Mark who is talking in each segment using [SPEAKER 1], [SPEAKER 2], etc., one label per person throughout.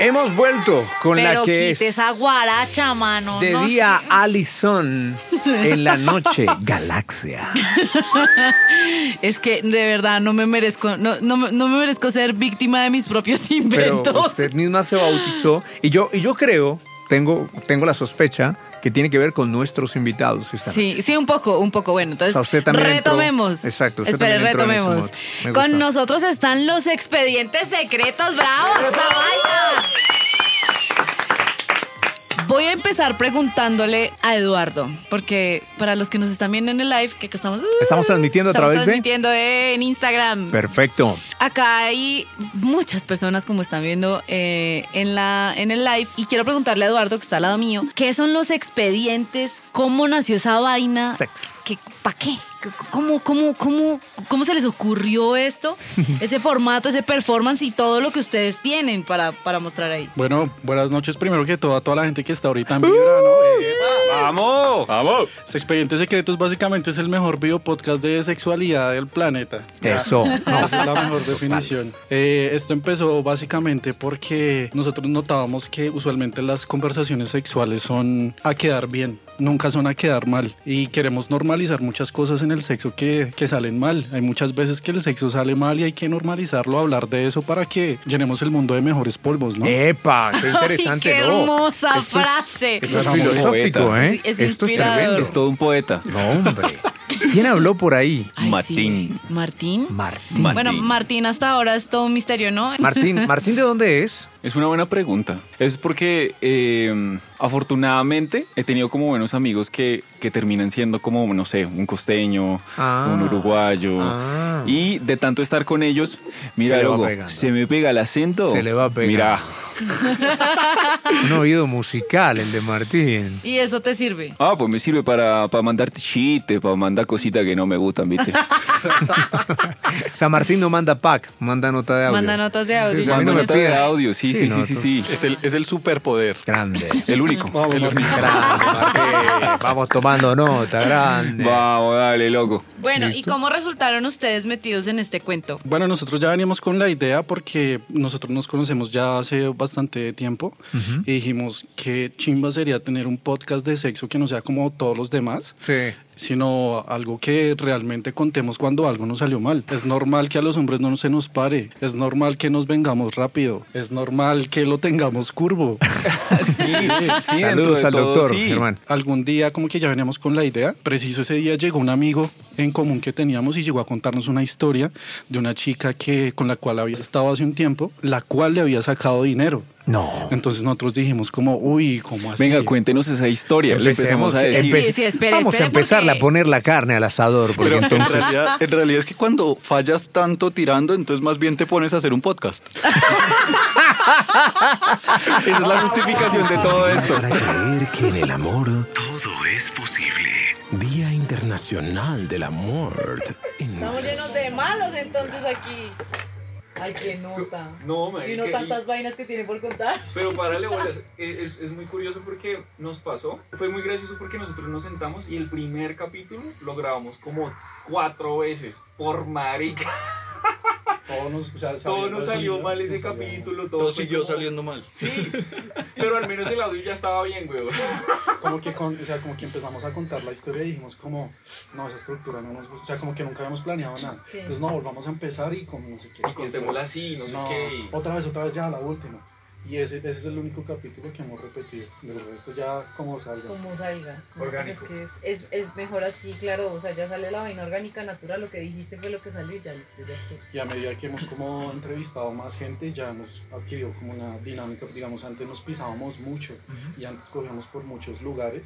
[SPEAKER 1] Hemos vuelto con
[SPEAKER 2] Pero
[SPEAKER 1] la que es
[SPEAKER 2] quite esa guaracha, mano.
[SPEAKER 1] de
[SPEAKER 2] no
[SPEAKER 1] día
[SPEAKER 2] sé.
[SPEAKER 1] Allison, en la noche Galaxia.
[SPEAKER 3] Es que de verdad no me merezco, no, no, me- no me merezco ser víctima de mis propios
[SPEAKER 1] Pero
[SPEAKER 3] inventos.
[SPEAKER 1] usted misma se bautizó y yo y yo creo, tengo tengo la sospecha que tiene que ver con nuestros invitados esta noche.
[SPEAKER 3] Sí, sí, un poco, un poco. Bueno, entonces
[SPEAKER 1] O sea, usted también entró-
[SPEAKER 3] retomemos.
[SPEAKER 1] Exacto, usted
[SPEAKER 3] Espere,
[SPEAKER 1] también entró en ese
[SPEAKER 3] retomemos.
[SPEAKER 1] modo. Me gusta.
[SPEAKER 3] Con nosotros están los expedientes secretos, bravos, esa vaina. Voy a empezar preguntándole a Eduardo, porque para los que nos están viendo en el live, que que estamos,
[SPEAKER 1] Estamos transmitiendo a
[SPEAKER 3] estamos
[SPEAKER 1] través de-
[SPEAKER 3] transmitiendo en Instagram.
[SPEAKER 1] Perfecto.
[SPEAKER 3] Acá hay muchas personas, como están viendo eh, en, la, en el live, y quiero preguntarle a Eduardo, que está al lado mío, ¿qué son los expedientes? ¿Cómo nació esa vaina?
[SPEAKER 1] Sex.
[SPEAKER 3] ¿Para qué? ¿Qué- ¿Cómo, cómo, cómo, ¿Cómo se les ocurrió esto? Ese formato, ese performance y todo lo que ustedes tienen para, para mostrar ahí.
[SPEAKER 4] Bueno, buenas noches primero que todo a toda la gente que está ahorita en Vibra, ¿no? Eh, ¡Vamos!
[SPEAKER 5] ¡Vamos!
[SPEAKER 4] Expedientes Secretos básicamente es el mejor video podcast de sexualidad del planeta. Ya,
[SPEAKER 1] Eso. No.
[SPEAKER 4] Esa es la mejor definición. Eh, esto empezó básicamente porque nosotros notábamos que usualmente las conversaciones sexuales son a quedar bien, nunca son a quedar mal. Y queremos normalizar muchas cosas en el sexo que, que salen mal. Hay muchas veces que el sexo sale mal y hay que normalizarlo, hablar de eso para que llenemos el mundo de mejores polvos,
[SPEAKER 1] Eh,
[SPEAKER 4] ¿no?
[SPEAKER 1] Epa, qué interesante,
[SPEAKER 3] ¡Ay, qué
[SPEAKER 1] ¿no?
[SPEAKER 3] hermosa
[SPEAKER 1] Esto es-
[SPEAKER 3] frase!
[SPEAKER 1] Esto es
[SPEAKER 4] Era muy
[SPEAKER 1] filosófico,
[SPEAKER 5] poeta.
[SPEAKER 1] ¿eh?
[SPEAKER 3] Sí, es
[SPEAKER 1] Esto es
[SPEAKER 3] inspirador.
[SPEAKER 1] tremendo.
[SPEAKER 5] Es todo un poeta.
[SPEAKER 1] No, hombre. ¿Quién habló por ahí?
[SPEAKER 3] Ay, sí.
[SPEAKER 5] Martín.
[SPEAKER 3] ¿Martín?
[SPEAKER 1] Martín.
[SPEAKER 5] Martín.
[SPEAKER 3] Bueno, Martín hasta ahora es todo un misterio, ¿no?
[SPEAKER 1] Martín, Martín, ¿de dónde es?
[SPEAKER 5] Es una buena pregunta. Es porque eh, afortunadamente he tenido como buenos amigos que, que terminan siendo como, no sé, un costeño,
[SPEAKER 1] Ah.
[SPEAKER 5] un uruguayo.
[SPEAKER 1] Ah.
[SPEAKER 5] Y de tanto estar con ellos,
[SPEAKER 1] Se
[SPEAKER 5] mira,
[SPEAKER 1] le va
[SPEAKER 5] Hugo,
[SPEAKER 1] pegando.
[SPEAKER 5] se me pega el acento.
[SPEAKER 1] Se le va pegando.
[SPEAKER 5] Mira,
[SPEAKER 1] Un oído musical, el de Martín.
[SPEAKER 3] ¿Y eso te sirve?
[SPEAKER 5] ah, pues me sirve para, para mandar chistes, para mandar cositas que no me gustan, ¿viste?
[SPEAKER 1] O sea, Martín no manda pack, manda nota de audio.
[SPEAKER 3] Manda notas de audio.
[SPEAKER 1] Sí,
[SPEAKER 3] Manda
[SPEAKER 1] a mí no me
[SPEAKER 5] Mando nota de
[SPEAKER 1] piden.
[SPEAKER 5] audio, sí, sí, sí,
[SPEAKER 1] no,
[SPEAKER 5] sí,
[SPEAKER 1] tú-
[SPEAKER 5] sí.
[SPEAKER 6] Es el, es el superpoder.
[SPEAKER 1] Grande.
[SPEAKER 5] El único.
[SPEAKER 4] Vamos,
[SPEAKER 5] el
[SPEAKER 4] Martín.
[SPEAKER 5] único.
[SPEAKER 1] Grande, Martín. Vamos tomando nota, grande.
[SPEAKER 5] Vamos, dale, loco.
[SPEAKER 3] Bueno, ¿y cómo resultaron ustedes metidos en este cuento?
[SPEAKER 4] Bueno, nosotros ya veníamos con la idea porque nosotros nos conocemos ya hace bastante tiempo y dijimos que chimba sería tener un podcast de sexo que no sea como todos los demás,
[SPEAKER 1] Sí.
[SPEAKER 4] sino algo que realmente contemos cuando algo nos salió mal. Es normal que a los hombres no se nos pare, es normal que nos vengamos rápido, es normal que lo tengamos curvo.
[SPEAKER 5] Sí, sí, dentro
[SPEAKER 1] Saludos
[SPEAKER 5] de
[SPEAKER 1] al
[SPEAKER 5] todo,
[SPEAKER 1] doctor,
[SPEAKER 5] sí.
[SPEAKER 1] Germán.
[SPEAKER 4] Algún día como que ya veníamos con la idea, preciso ese día llegó un amigo en común que teníamos y llegó a contarnos una historia de una chica que con la cual había estado hace un tiempo, la cual le había sacado dinero.
[SPEAKER 1] No.
[SPEAKER 4] Entonces nosotros dijimos como, uy, ¿cómo así?
[SPEAKER 5] Venga, cuéntenos esa historia. Le empezamos a decir.
[SPEAKER 1] empe-
[SPEAKER 3] Sí, sí, espere,
[SPEAKER 1] Vamos
[SPEAKER 3] espere,
[SPEAKER 1] a empezarle
[SPEAKER 3] porque-
[SPEAKER 1] a poner la carne al asador, porque
[SPEAKER 6] Pero en
[SPEAKER 1] entonces...
[SPEAKER 6] realidad, en realidad es que cuando fallas tanto tirando, entonces más bien te pones a hacer un podcast.
[SPEAKER 5] Esa es la justificación de todo esto.
[SPEAKER 7] Para creer que en el amor todo es posible. Día Internacional del Amor. En
[SPEAKER 3] llenos de malos entonces aquí. Ay, qué nota.
[SPEAKER 8] No, marica, y-
[SPEAKER 3] vainas que tiene por contar.
[SPEAKER 8] Pero párale bolas, es, es muy curioso porque nos pasó. Fue muy gracioso porque nosotros nos sentamos y el primer capítulo lo grabamos como cuatro veces por marica.
[SPEAKER 4] todo nos, o sea,
[SPEAKER 8] Todo nos salió mal ese
[SPEAKER 4] nos salió mal.
[SPEAKER 8] capítulo, todo,
[SPEAKER 6] Todo
[SPEAKER 8] fue
[SPEAKER 6] siguió
[SPEAKER 8] como-
[SPEAKER 6] saliendo mal.
[SPEAKER 8] Sí, pero al menos el audio ya estaba bien, güey.
[SPEAKER 4] Como que, con- o sea, como que empezamos a contar la historia y dijimos como, no, esa estructura no nos gusta, o sea, como que nunca habíamos planeado nada.
[SPEAKER 3] Sí.
[SPEAKER 4] Entonces no, volvamos a empezar y como no sé qué.
[SPEAKER 8] Y contémosla así, no sé
[SPEAKER 4] No,
[SPEAKER 8] qué. y-
[SPEAKER 4] otra vez, otra vez ya la última. Y ese, ese es el único capítulo que hemos repetido. Del resto ya como salga.
[SPEAKER 9] como salga. ¿no?
[SPEAKER 4] Orgánico.
[SPEAKER 9] Pues es que es, es, es mejor así, claro, o sea, ya sale la vaina orgánica natural, lo que dijiste fue lo que salió y ya listo, ya estuvo.
[SPEAKER 4] Y a medida que hemos como entrevistado más gente, ya hemos adquirido como una dinámica. Digamos, antes nos pisábamos mucho y antes cogíamos por muchos lugares.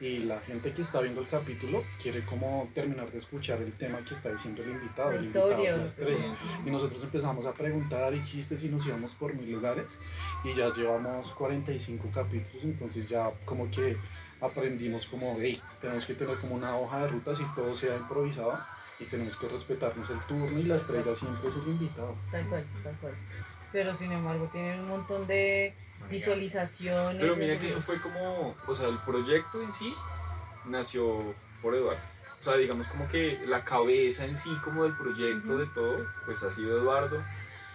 [SPEAKER 4] Y la gente que está viendo el capítulo quiere como terminar de escuchar el tema que está diciendo el
[SPEAKER 1] Ah,
[SPEAKER 4] invitado.
[SPEAKER 9] La
[SPEAKER 4] el invitado es
[SPEAKER 9] historia,
[SPEAKER 4] la
[SPEAKER 9] la
[SPEAKER 4] estrella. Y nosotros empezamos a preguntar y chistes y nos íbamos por mil lugares. Y ya llevamos 45 capítulos, entonces ya como que aprendimos como, hey, tenemos que tener como una hoja de ruta si todo sea improvisado y tenemos que respetarnos el turno y la estrella siempre es el invitado.
[SPEAKER 9] Tal cual, tal cual. Pero sin embargo, tienen un montón de visualizaciones.
[SPEAKER 8] Pero mira
[SPEAKER 9] de-
[SPEAKER 8] que eso fue como, o sea, el proyecto en sí nació por Eduardo. O sea, digamos como que la cabeza en sí como del proyecto de todo, pues ha sido Eduardo.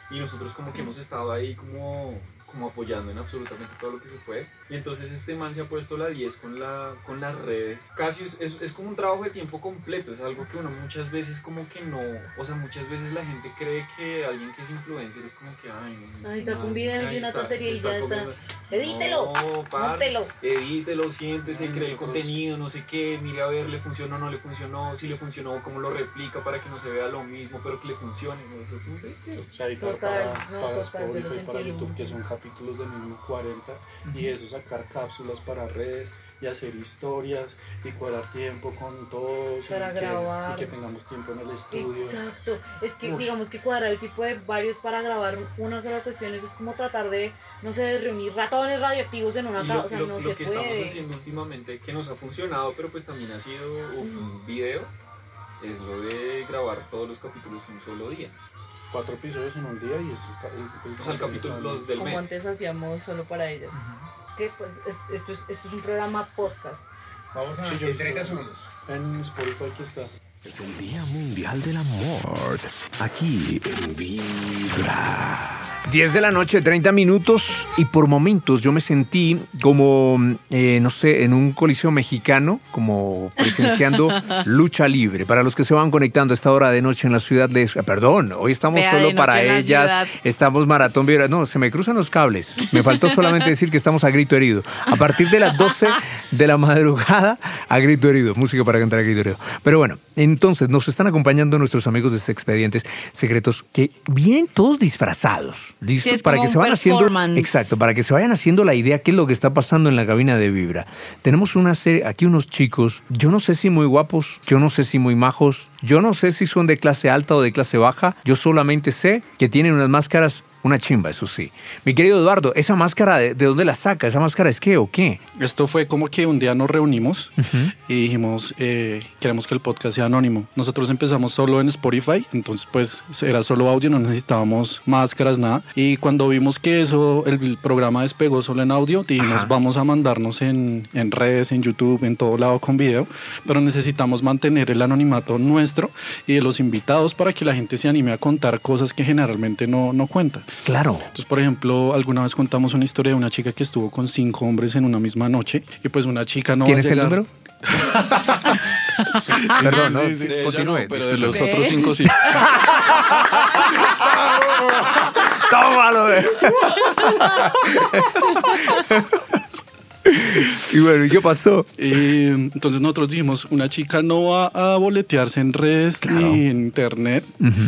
[SPEAKER 8] Y nosotros como que hemos estado ahí como como apoyando en absolutamente todo lo que se puede. Y entonces este man se ha puesto la 10 con, la, con las redes. Casi es, es- es como un trabajo de tiempo completo, es algo que uno muchas veces como que no, o sea, muchas veces la gente cree que alguien que es influencer es como que, ay, no,
[SPEAKER 9] Ay, sacó un
[SPEAKER 8] no,
[SPEAKER 9] video
[SPEAKER 8] ahí
[SPEAKER 9] de una
[SPEAKER 8] está,
[SPEAKER 9] tontería y ya está.
[SPEAKER 8] comiendo".
[SPEAKER 9] Edítelo,
[SPEAKER 8] No, parce,
[SPEAKER 9] móntelo.
[SPEAKER 8] edítelo, siéntese, cree el contenido, no sé qué, mire a ver, le funcionó o no le funcionó, si le funcionó, cómo lo replica para que no se vea lo mismo, pero que le funcione. ¿no? Eso es un reto.
[SPEAKER 6] O sea, editar
[SPEAKER 9] Total,
[SPEAKER 6] para, para
[SPEAKER 9] no, total,
[SPEAKER 6] Spotify,
[SPEAKER 9] yo lo
[SPEAKER 6] para
[SPEAKER 9] sentí
[SPEAKER 6] YouTube,
[SPEAKER 9] mucho.
[SPEAKER 6] que son capítulos de mínimo 40, y eso, sacar cápsulas para redes y hacer historias y cuadrar tiempo con todos y
[SPEAKER 9] Para
[SPEAKER 6] que-
[SPEAKER 9] grabar.
[SPEAKER 6] y que tengamos tiempo en el estudio.
[SPEAKER 9] Exacto, es que
[SPEAKER 6] Uf.
[SPEAKER 9] digamos que cuadrar el tipo de varios para grabar una sola cuestión es como tratar de, no sé, de reunir ratones radioactivos en una
[SPEAKER 8] Y
[SPEAKER 9] casa,
[SPEAKER 8] lo,
[SPEAKER 9] o sea,
[SPEAKER 8] lo-
[SPEAKER 9] no
[SPEAKER 8] lo
[SPEAKER 9] se
[SPEAKER 8] que
[SPEAKER 9] puede.
[SPEAKER 8] estamos haciendo últimamente, que nos ha funcionado, pero pues también ha sido uf,
[SPEAKER 9] Mm.
[SPEAKER 8] un video, es lo de grabar todos los capítulos un solo día.
[SPEAKER 6] Cuatro episodios en un día y eso. el- el-
[SPEAKER 8] O sea, el capítulo los del
[SPEAKER 9] como
[SPEAKER 8] mes.
[SPEAKER 9] antes hacíamos solo para ellas. Que pues es- esto es, esto es un programa podcast.
[SPEAKER 6] Vamos a En Spotify aquí está.
[SPEAKER 10] Es el Día Mundial del Amor. Aquí en Vibra.
[SPEAKER 1] 10 de la noche, 30 minutos, y por momentos yo me sentí como, eh, no sé, en un coliseo mexicano, como presenciando lucha libre. Para los que se van conectando a esta hora de noche en la ciudad, les, perdón, hoy estamos
[SPEAKER 3] Vea, de
[SPEAKER 1] solo
[SPEAKER 3] noche
[SPEAKER 1] para
[SPEAKER 3] en la
[SPEAKER 1] ellas,
[SPEAKER 3] ciudad.
[SPEAKER 1] estamos maratón vibra. No, se me cruzan los cables. Me faltó solamente decir que estamos a grito herido. A partir de las 12 de la madrugada, a grito herido. Música para cantar a grito herido. Pero bueno, entonces nos están acompañando nuestros amigos de Expedientes Secretos, que vienen todos disfrazados. ¿Listos?
[SPEAKER 3] es
[SPEAKER 1] para
[SPEAKER 3] como
[SPEAKER 1] que
[SPEAKER 3] un
[SPEAKER 1] se vayan haciendo.
[SPEAKER 3] performance.
[SPEAKER 1] Exacto, para que se vayan haciendo la idea qué es lo que está pasando en la cabina de Vibra. Tenemos una serie, aquí unos chicos, yo no sé si muy guapos, yo no sé si muy majos, yo no sé si son de clase alta o de clase baja, yo solamente sé que tienen unas máscaras, una chimba, eso sí. Mi querido Eduardo, ¿esa máscara de, de dónde la saca? ¿Esa máscara es qué o qué?
[SPEAKER 4] Esto fue como que un día nos reunimos y dijimos, eh, queremos que el podcast sea anónimo. Nosotros empezamos solo en Spotify, entonces pues era solo audio, no necesitábamos máscaras, nada. Y cuando vimos que eso, el, el programa despegó solo en audio, dijimos, vamos a mandarnos en, en redes, en YouTube, en todo lado con video, pero necesitamos mantener el anonimato nuestro y de los invitados para que la gente se anime a contar cosas que generalmente no, no cuenta.
[SPEAKER 1] Claro.
[SPEAKER 4] Entonces, por ejemplo, alguna vez contamos una historia de una chica que estuvo con cinco hombres en una misma noche y pues una chica no... va a
[SPEAKER 1] ¿Tienes el
[SPEAKER 4] llegar-
[SPEAKER 1] número? Perdón, no,
[SPEAKER 5] De ella
[SPEAKER 1] continúe.
[SPEAKER 5] no, pero de los
[SPEAKER 3] Ve.
[SPEAKER 5] otros cinco sí.
[SPEAKER 1] ¡Tómalo! eh. y bueno, ¿y qué pasó?
[SPEAKER 4] Eh, entonces nosotros dijimos, una chica no va a boletearse en redes ni en internet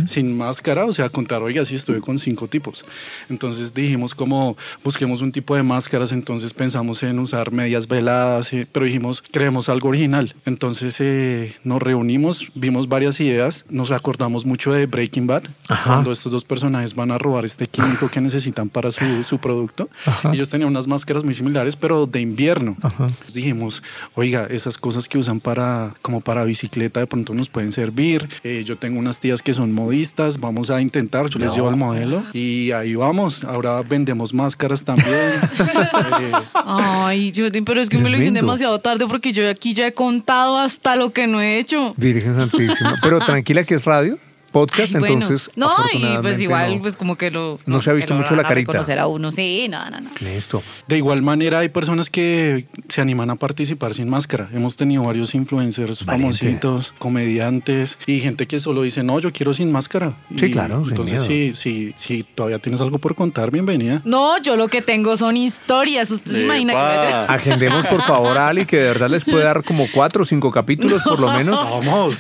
[SPEAKER 4] sin máscara, o sea, contar, oiga, sí estuve con cinco tipos. Entonces dijimos como, busquemos un tipo de máscaras, entonces pensamos en usar medias veladas, eh, pero dijimos, creemos algo original. Entonces eh, nos reunimos, vimos varias ideas, nos acordamos mucho de Breaking Bad, cuando estos dos personajes van a robar este químico que necesitan para su, su producto. Ellos tenían unas máscaras muy similares, pero de invierno. Entonces Dijimos, oiga, esas cosas que usan para, como para bicicleta de pronto nos pueden servir. Eh, yo tengo unas tías que son modistas, vamos a intentar, yo les llevo el modelo y ahí vamos. Ahora vendemos máscaras también. Eh,
[SPEAKER 3] Ay, yo, pero es que me lo hicieron
[SPEAKER 1] Tremendo.
[SPEAKER 3] demasiado tarde porque yo aquí ya he contado hasta lo que no he hecho.
[SPEAKER 1] Virgen Santísima. Pero tranquila que es radio, podcast,
[SPEAKER 3] Ay, bueno.
[SPEAKER 1] entonces.
[SPEAKER 3] No, y pues
[SPEAKER 1] afortunadamente,
[SPEAKER 3] igual,
[SPEAKER 1] no.
[SPEAKER 3] pues como que lo.
[SPEAKER 1] No se ha
[SPEAKER 3] que
[SPEAKER 1] visto
[SPEAKER 3] lo
[SPEAKER 1] mucho la
[SPEAKER 3] van a
[SPEAKER 1] carita.
[SPEAKER 3] reconocer a uno, sí, no, no, no.
[SPEAKER 1] Listo.
[SPEAKER 4] De igual manera, hay personas que se animan a participar sin máscara. Hemos tenido varios influencers
[SPEAKER 1] Valiente.
[SPEAKER 4] famositos, comediantes y gente que solo dice, no, yo quiero sin máscara.
[SPEAKER 1] Sí,
[SPEAKER 4] Y
[SPEAKER 1] claro, sin
[SPEAKER 4] Entonces,
[SPEAKER 1] miedo.
[SPEAKER 4] si, si, si todavía tienes algo por contar, bienvenida.
[SPEAKER 3] No, yo lo que tengo son historias. Usted se imagina que voy a tener-
[SPEAKER 1] Agendemos por favor a Ali, que de verdad les puede dar como cuatro o cinco capítulos por lo menos.
[SPEAKER 4] Vamos.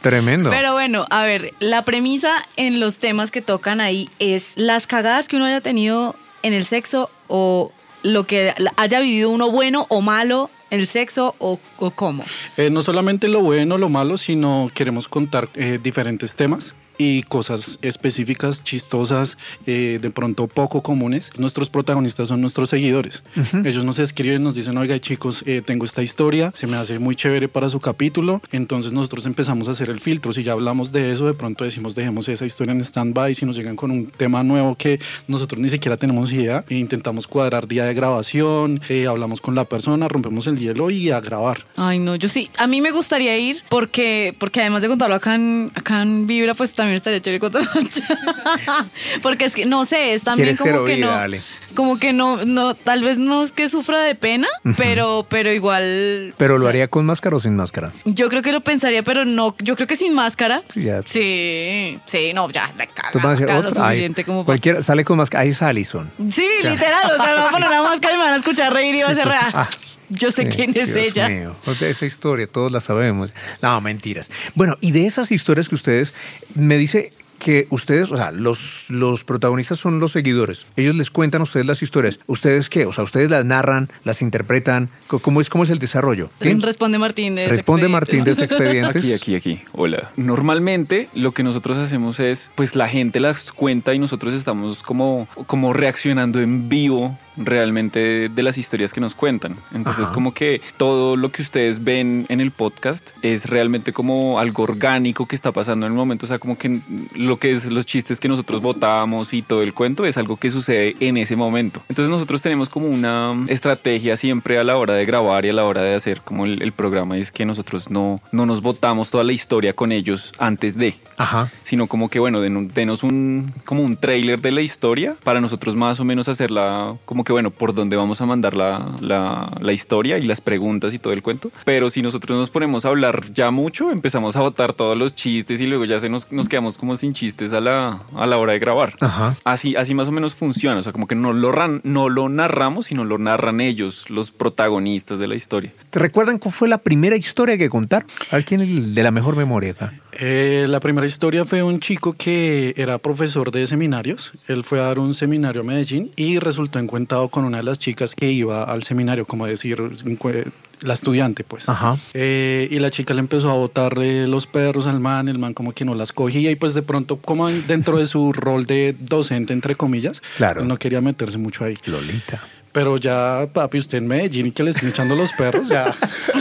[SPEAKER 1] Tremendo.
[SPEAKER 3] Pero bueno, a ver, la premisa en los temas que tocan ahí es las cagadas que uno haya tenido en el sexo o lo que haya vivido uno bueno o malo en el sexo o, o cómo.
[SPEAKER 4] Eh, no solamente lo bueno, lo malo, sino queremos contar eh, diferentes temas y cosas específicas, chistosas, eh, de pronto poco comunes. Nuestros protagonistas son nuestros seguidores. Ellos nos escriben, nos dicen, oiga chicos, eh, tengo esta historia, se me hace muy chévere para su capítulo. Entonces nosotros empezamos a hacer el filtro. Si ya hablamos de eso, de pronto decimos, dejemos esa historia en stand-by. Si nos llegan con un tema nuevo que nosotros ni siquiera tenemos idea, e intentamos cuadrar día de grabación, eh, hablamos con la persona, rompemos el hielo y a grabar.
[SPEAKER 3] Ay, no, yo sí. A mí me gustaría ir porque, porque además de contarlo acá en, acá en Vibra, pues también también estaría chévere contar. Porque es que, no sé, es también
[SPEAKER 1] Quieres ser
[SPEAKER 3] como que
[SPEAKER 1] oída,
[SPEAKER 3] no.
[SPEAKER 1] dale.
[SPEAKER 3] Como que no, no, tal vez no es que sufra de pena, pero, pero igual.
[SPEAKER 1] Pero lo haría con máscara o sin máscara.
[SPEAKER 3] Yo creo que lo pensaría, pero no, yo creo que sin máscara.
[SPEAKER 1] Sí, ya.
[SPEAKER 3] Sí, sí, no, ya, me
[SPEAKER 1] Tú vas Pues a
[SPEAKER 3] caga,
[SPEAKER 1] decir,
[SPEAKER 3] caga lo
[SPEAKER 1] "Otra". Ay, pues
[SPEAKER 3] Ah, suficiente como para-
[SPEAKER 1] cualquiera, sale con máscara. Ahí es Allison.
[SPEAKER 3] Sí, literal, o sea, me van a poner una máscara y me van a escuchar reír y va a ser "Ah, Yo sé
[SPEAKER 1] Sí,
[SPEAKER 3] quién es
[SPEAKER 1] Dios
[SPEAKER 3] ella.
[SPEAKER 1] mío. Pues Esa historia, todos la sabemos. No, mentiras. Bueno, y de esas historias que ustedes, me dice que ustedes, o sea, los, los protagonistas son los seguidores. Ellos les cuentan a ustedes las historias. ¿Ustedes qué? O sea, ustedes las narran, las interpretan. Co- ¿Cómo es, cómo es el desarrollo? ¿Sí?
[SPEAKER 3] Responde Martín de ese
[SPEAKER 1] Responde Martín de ese
[SPEAKER 3] expediente.
[SPEAKER 1] expediente.
[SPEAKER 5] Aquí, aquí, aquí. Hola. Normalmente lo que nosotros hacemos es, pues la gente las cuenta y nosotros estamos como, como reaccionando en vivo realmente de las historias que nos cuentan. Entonces
[SPEAKER 1] Ajá.
[SPEAKER 5] como que todo lo que ustedes ven en el podcast es realmente como algo orgánico que está pasando en el momento. O sea, como que lo que es los chistes que nosotros votamos y todo el cuento es algo que sucede en ese momento. Entonces nosotros tenemos como una mm, estrategia siempre a la hora de grabar y a la hora de hacer como el, el programa. Es que nosotros no, no nos votamos toda la historia con ellos antes de
[SPEAKER 1] Ajá.
[SPEAKER 5] sino como que bueno, den- denos un como un trailer de la historia para nosotros más o menos hacerla como que bueno, por dónde vamos a mandar la, la, la historia y las preguntas y todo el cuento. Pero si nosotros nos ponemos a hablar ya mucho, empezamos a botar todos los chistes y luego ya se nos, nos quedamos como sin chistes a la, a la hora de grabar.
[SPEAKER 1] Ajá.
[SPEAKER 5] Así, así más o menos funciona, o sea, como que no lo, ran- no lo narramos, sino lo narran ellos, los protagonistas de la historia.
[SPEAKER 1] ¿Te recuerdan cuál fue la primera historia que contaron? A ver quién es el de la mejor memoria acá.
[SPEAKER 4] Eh, la primera historia fue un chico que era profesor de seminarios. Él fue a dar un seminario a Medellín y resultó encuentado con una de las chicas que iba al seminario, como decir, encue- la estudiante, pues.
[SPEAKER 5] Ah.
[SPEAKER 1] Ajá.
[SPEAKER 4] Eh, y la chica le empezó a botarle los perros al man, el man como que no las cogía y pues de pronto, como en- dentro de su rol de docente, entre comillas,
[SPEAKER 1] Claro.
[SPEAKER 4] no quería meterse mucho ahí.
[SPEAKER 1] Lolita.
[SPEAKER 4] Pero ya, papi, usted en Medellín y que le estén echando los perros, ya.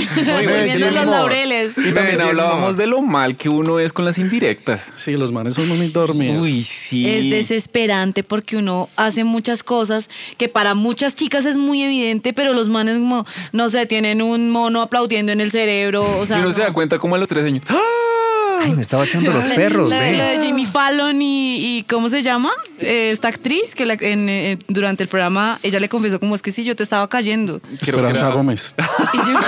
[SPEAKER 3] Durmiendo en los laureles.
[SPEAKER 5] Y también hablábamos de lo mal que uno es con las indirectas.
[SPEAKER 4] Sí, los manes son muy dormidos.
[SPEAKER 5] Uy, sí.
[SPEAKER 3] Es desesperante porque uno hace muchas cosas que para muchas chicas es muy evidente, pero los manes como, no sé, tienen un mono aplaudiendo en el cerebro, o sea...
[SPEAKER 5] y uno se da
[SPEAKER 3] no.
[SPEAKER 5] cuenta como a los tres años. ¡Ah!
[SPEAKER 1] Ay, me estaba echando los perros,
[SPEAKER 3] La,
[SPEAKER 1] ven.
[SPEAKER 3] la de Jimmy Fallon y, y ¿cómo se llama? Eh, esta actriz que la- en, eh, durante el programa ella le confesó como es que sí, yo te estaba cayendo.
[SPEAKER 5] Creo que
[SPEAKER 4] Esperanza
[SPEAKER 5] era-
[SPEAKER 4] Gómez.
[SPEAKER 3] Y yo-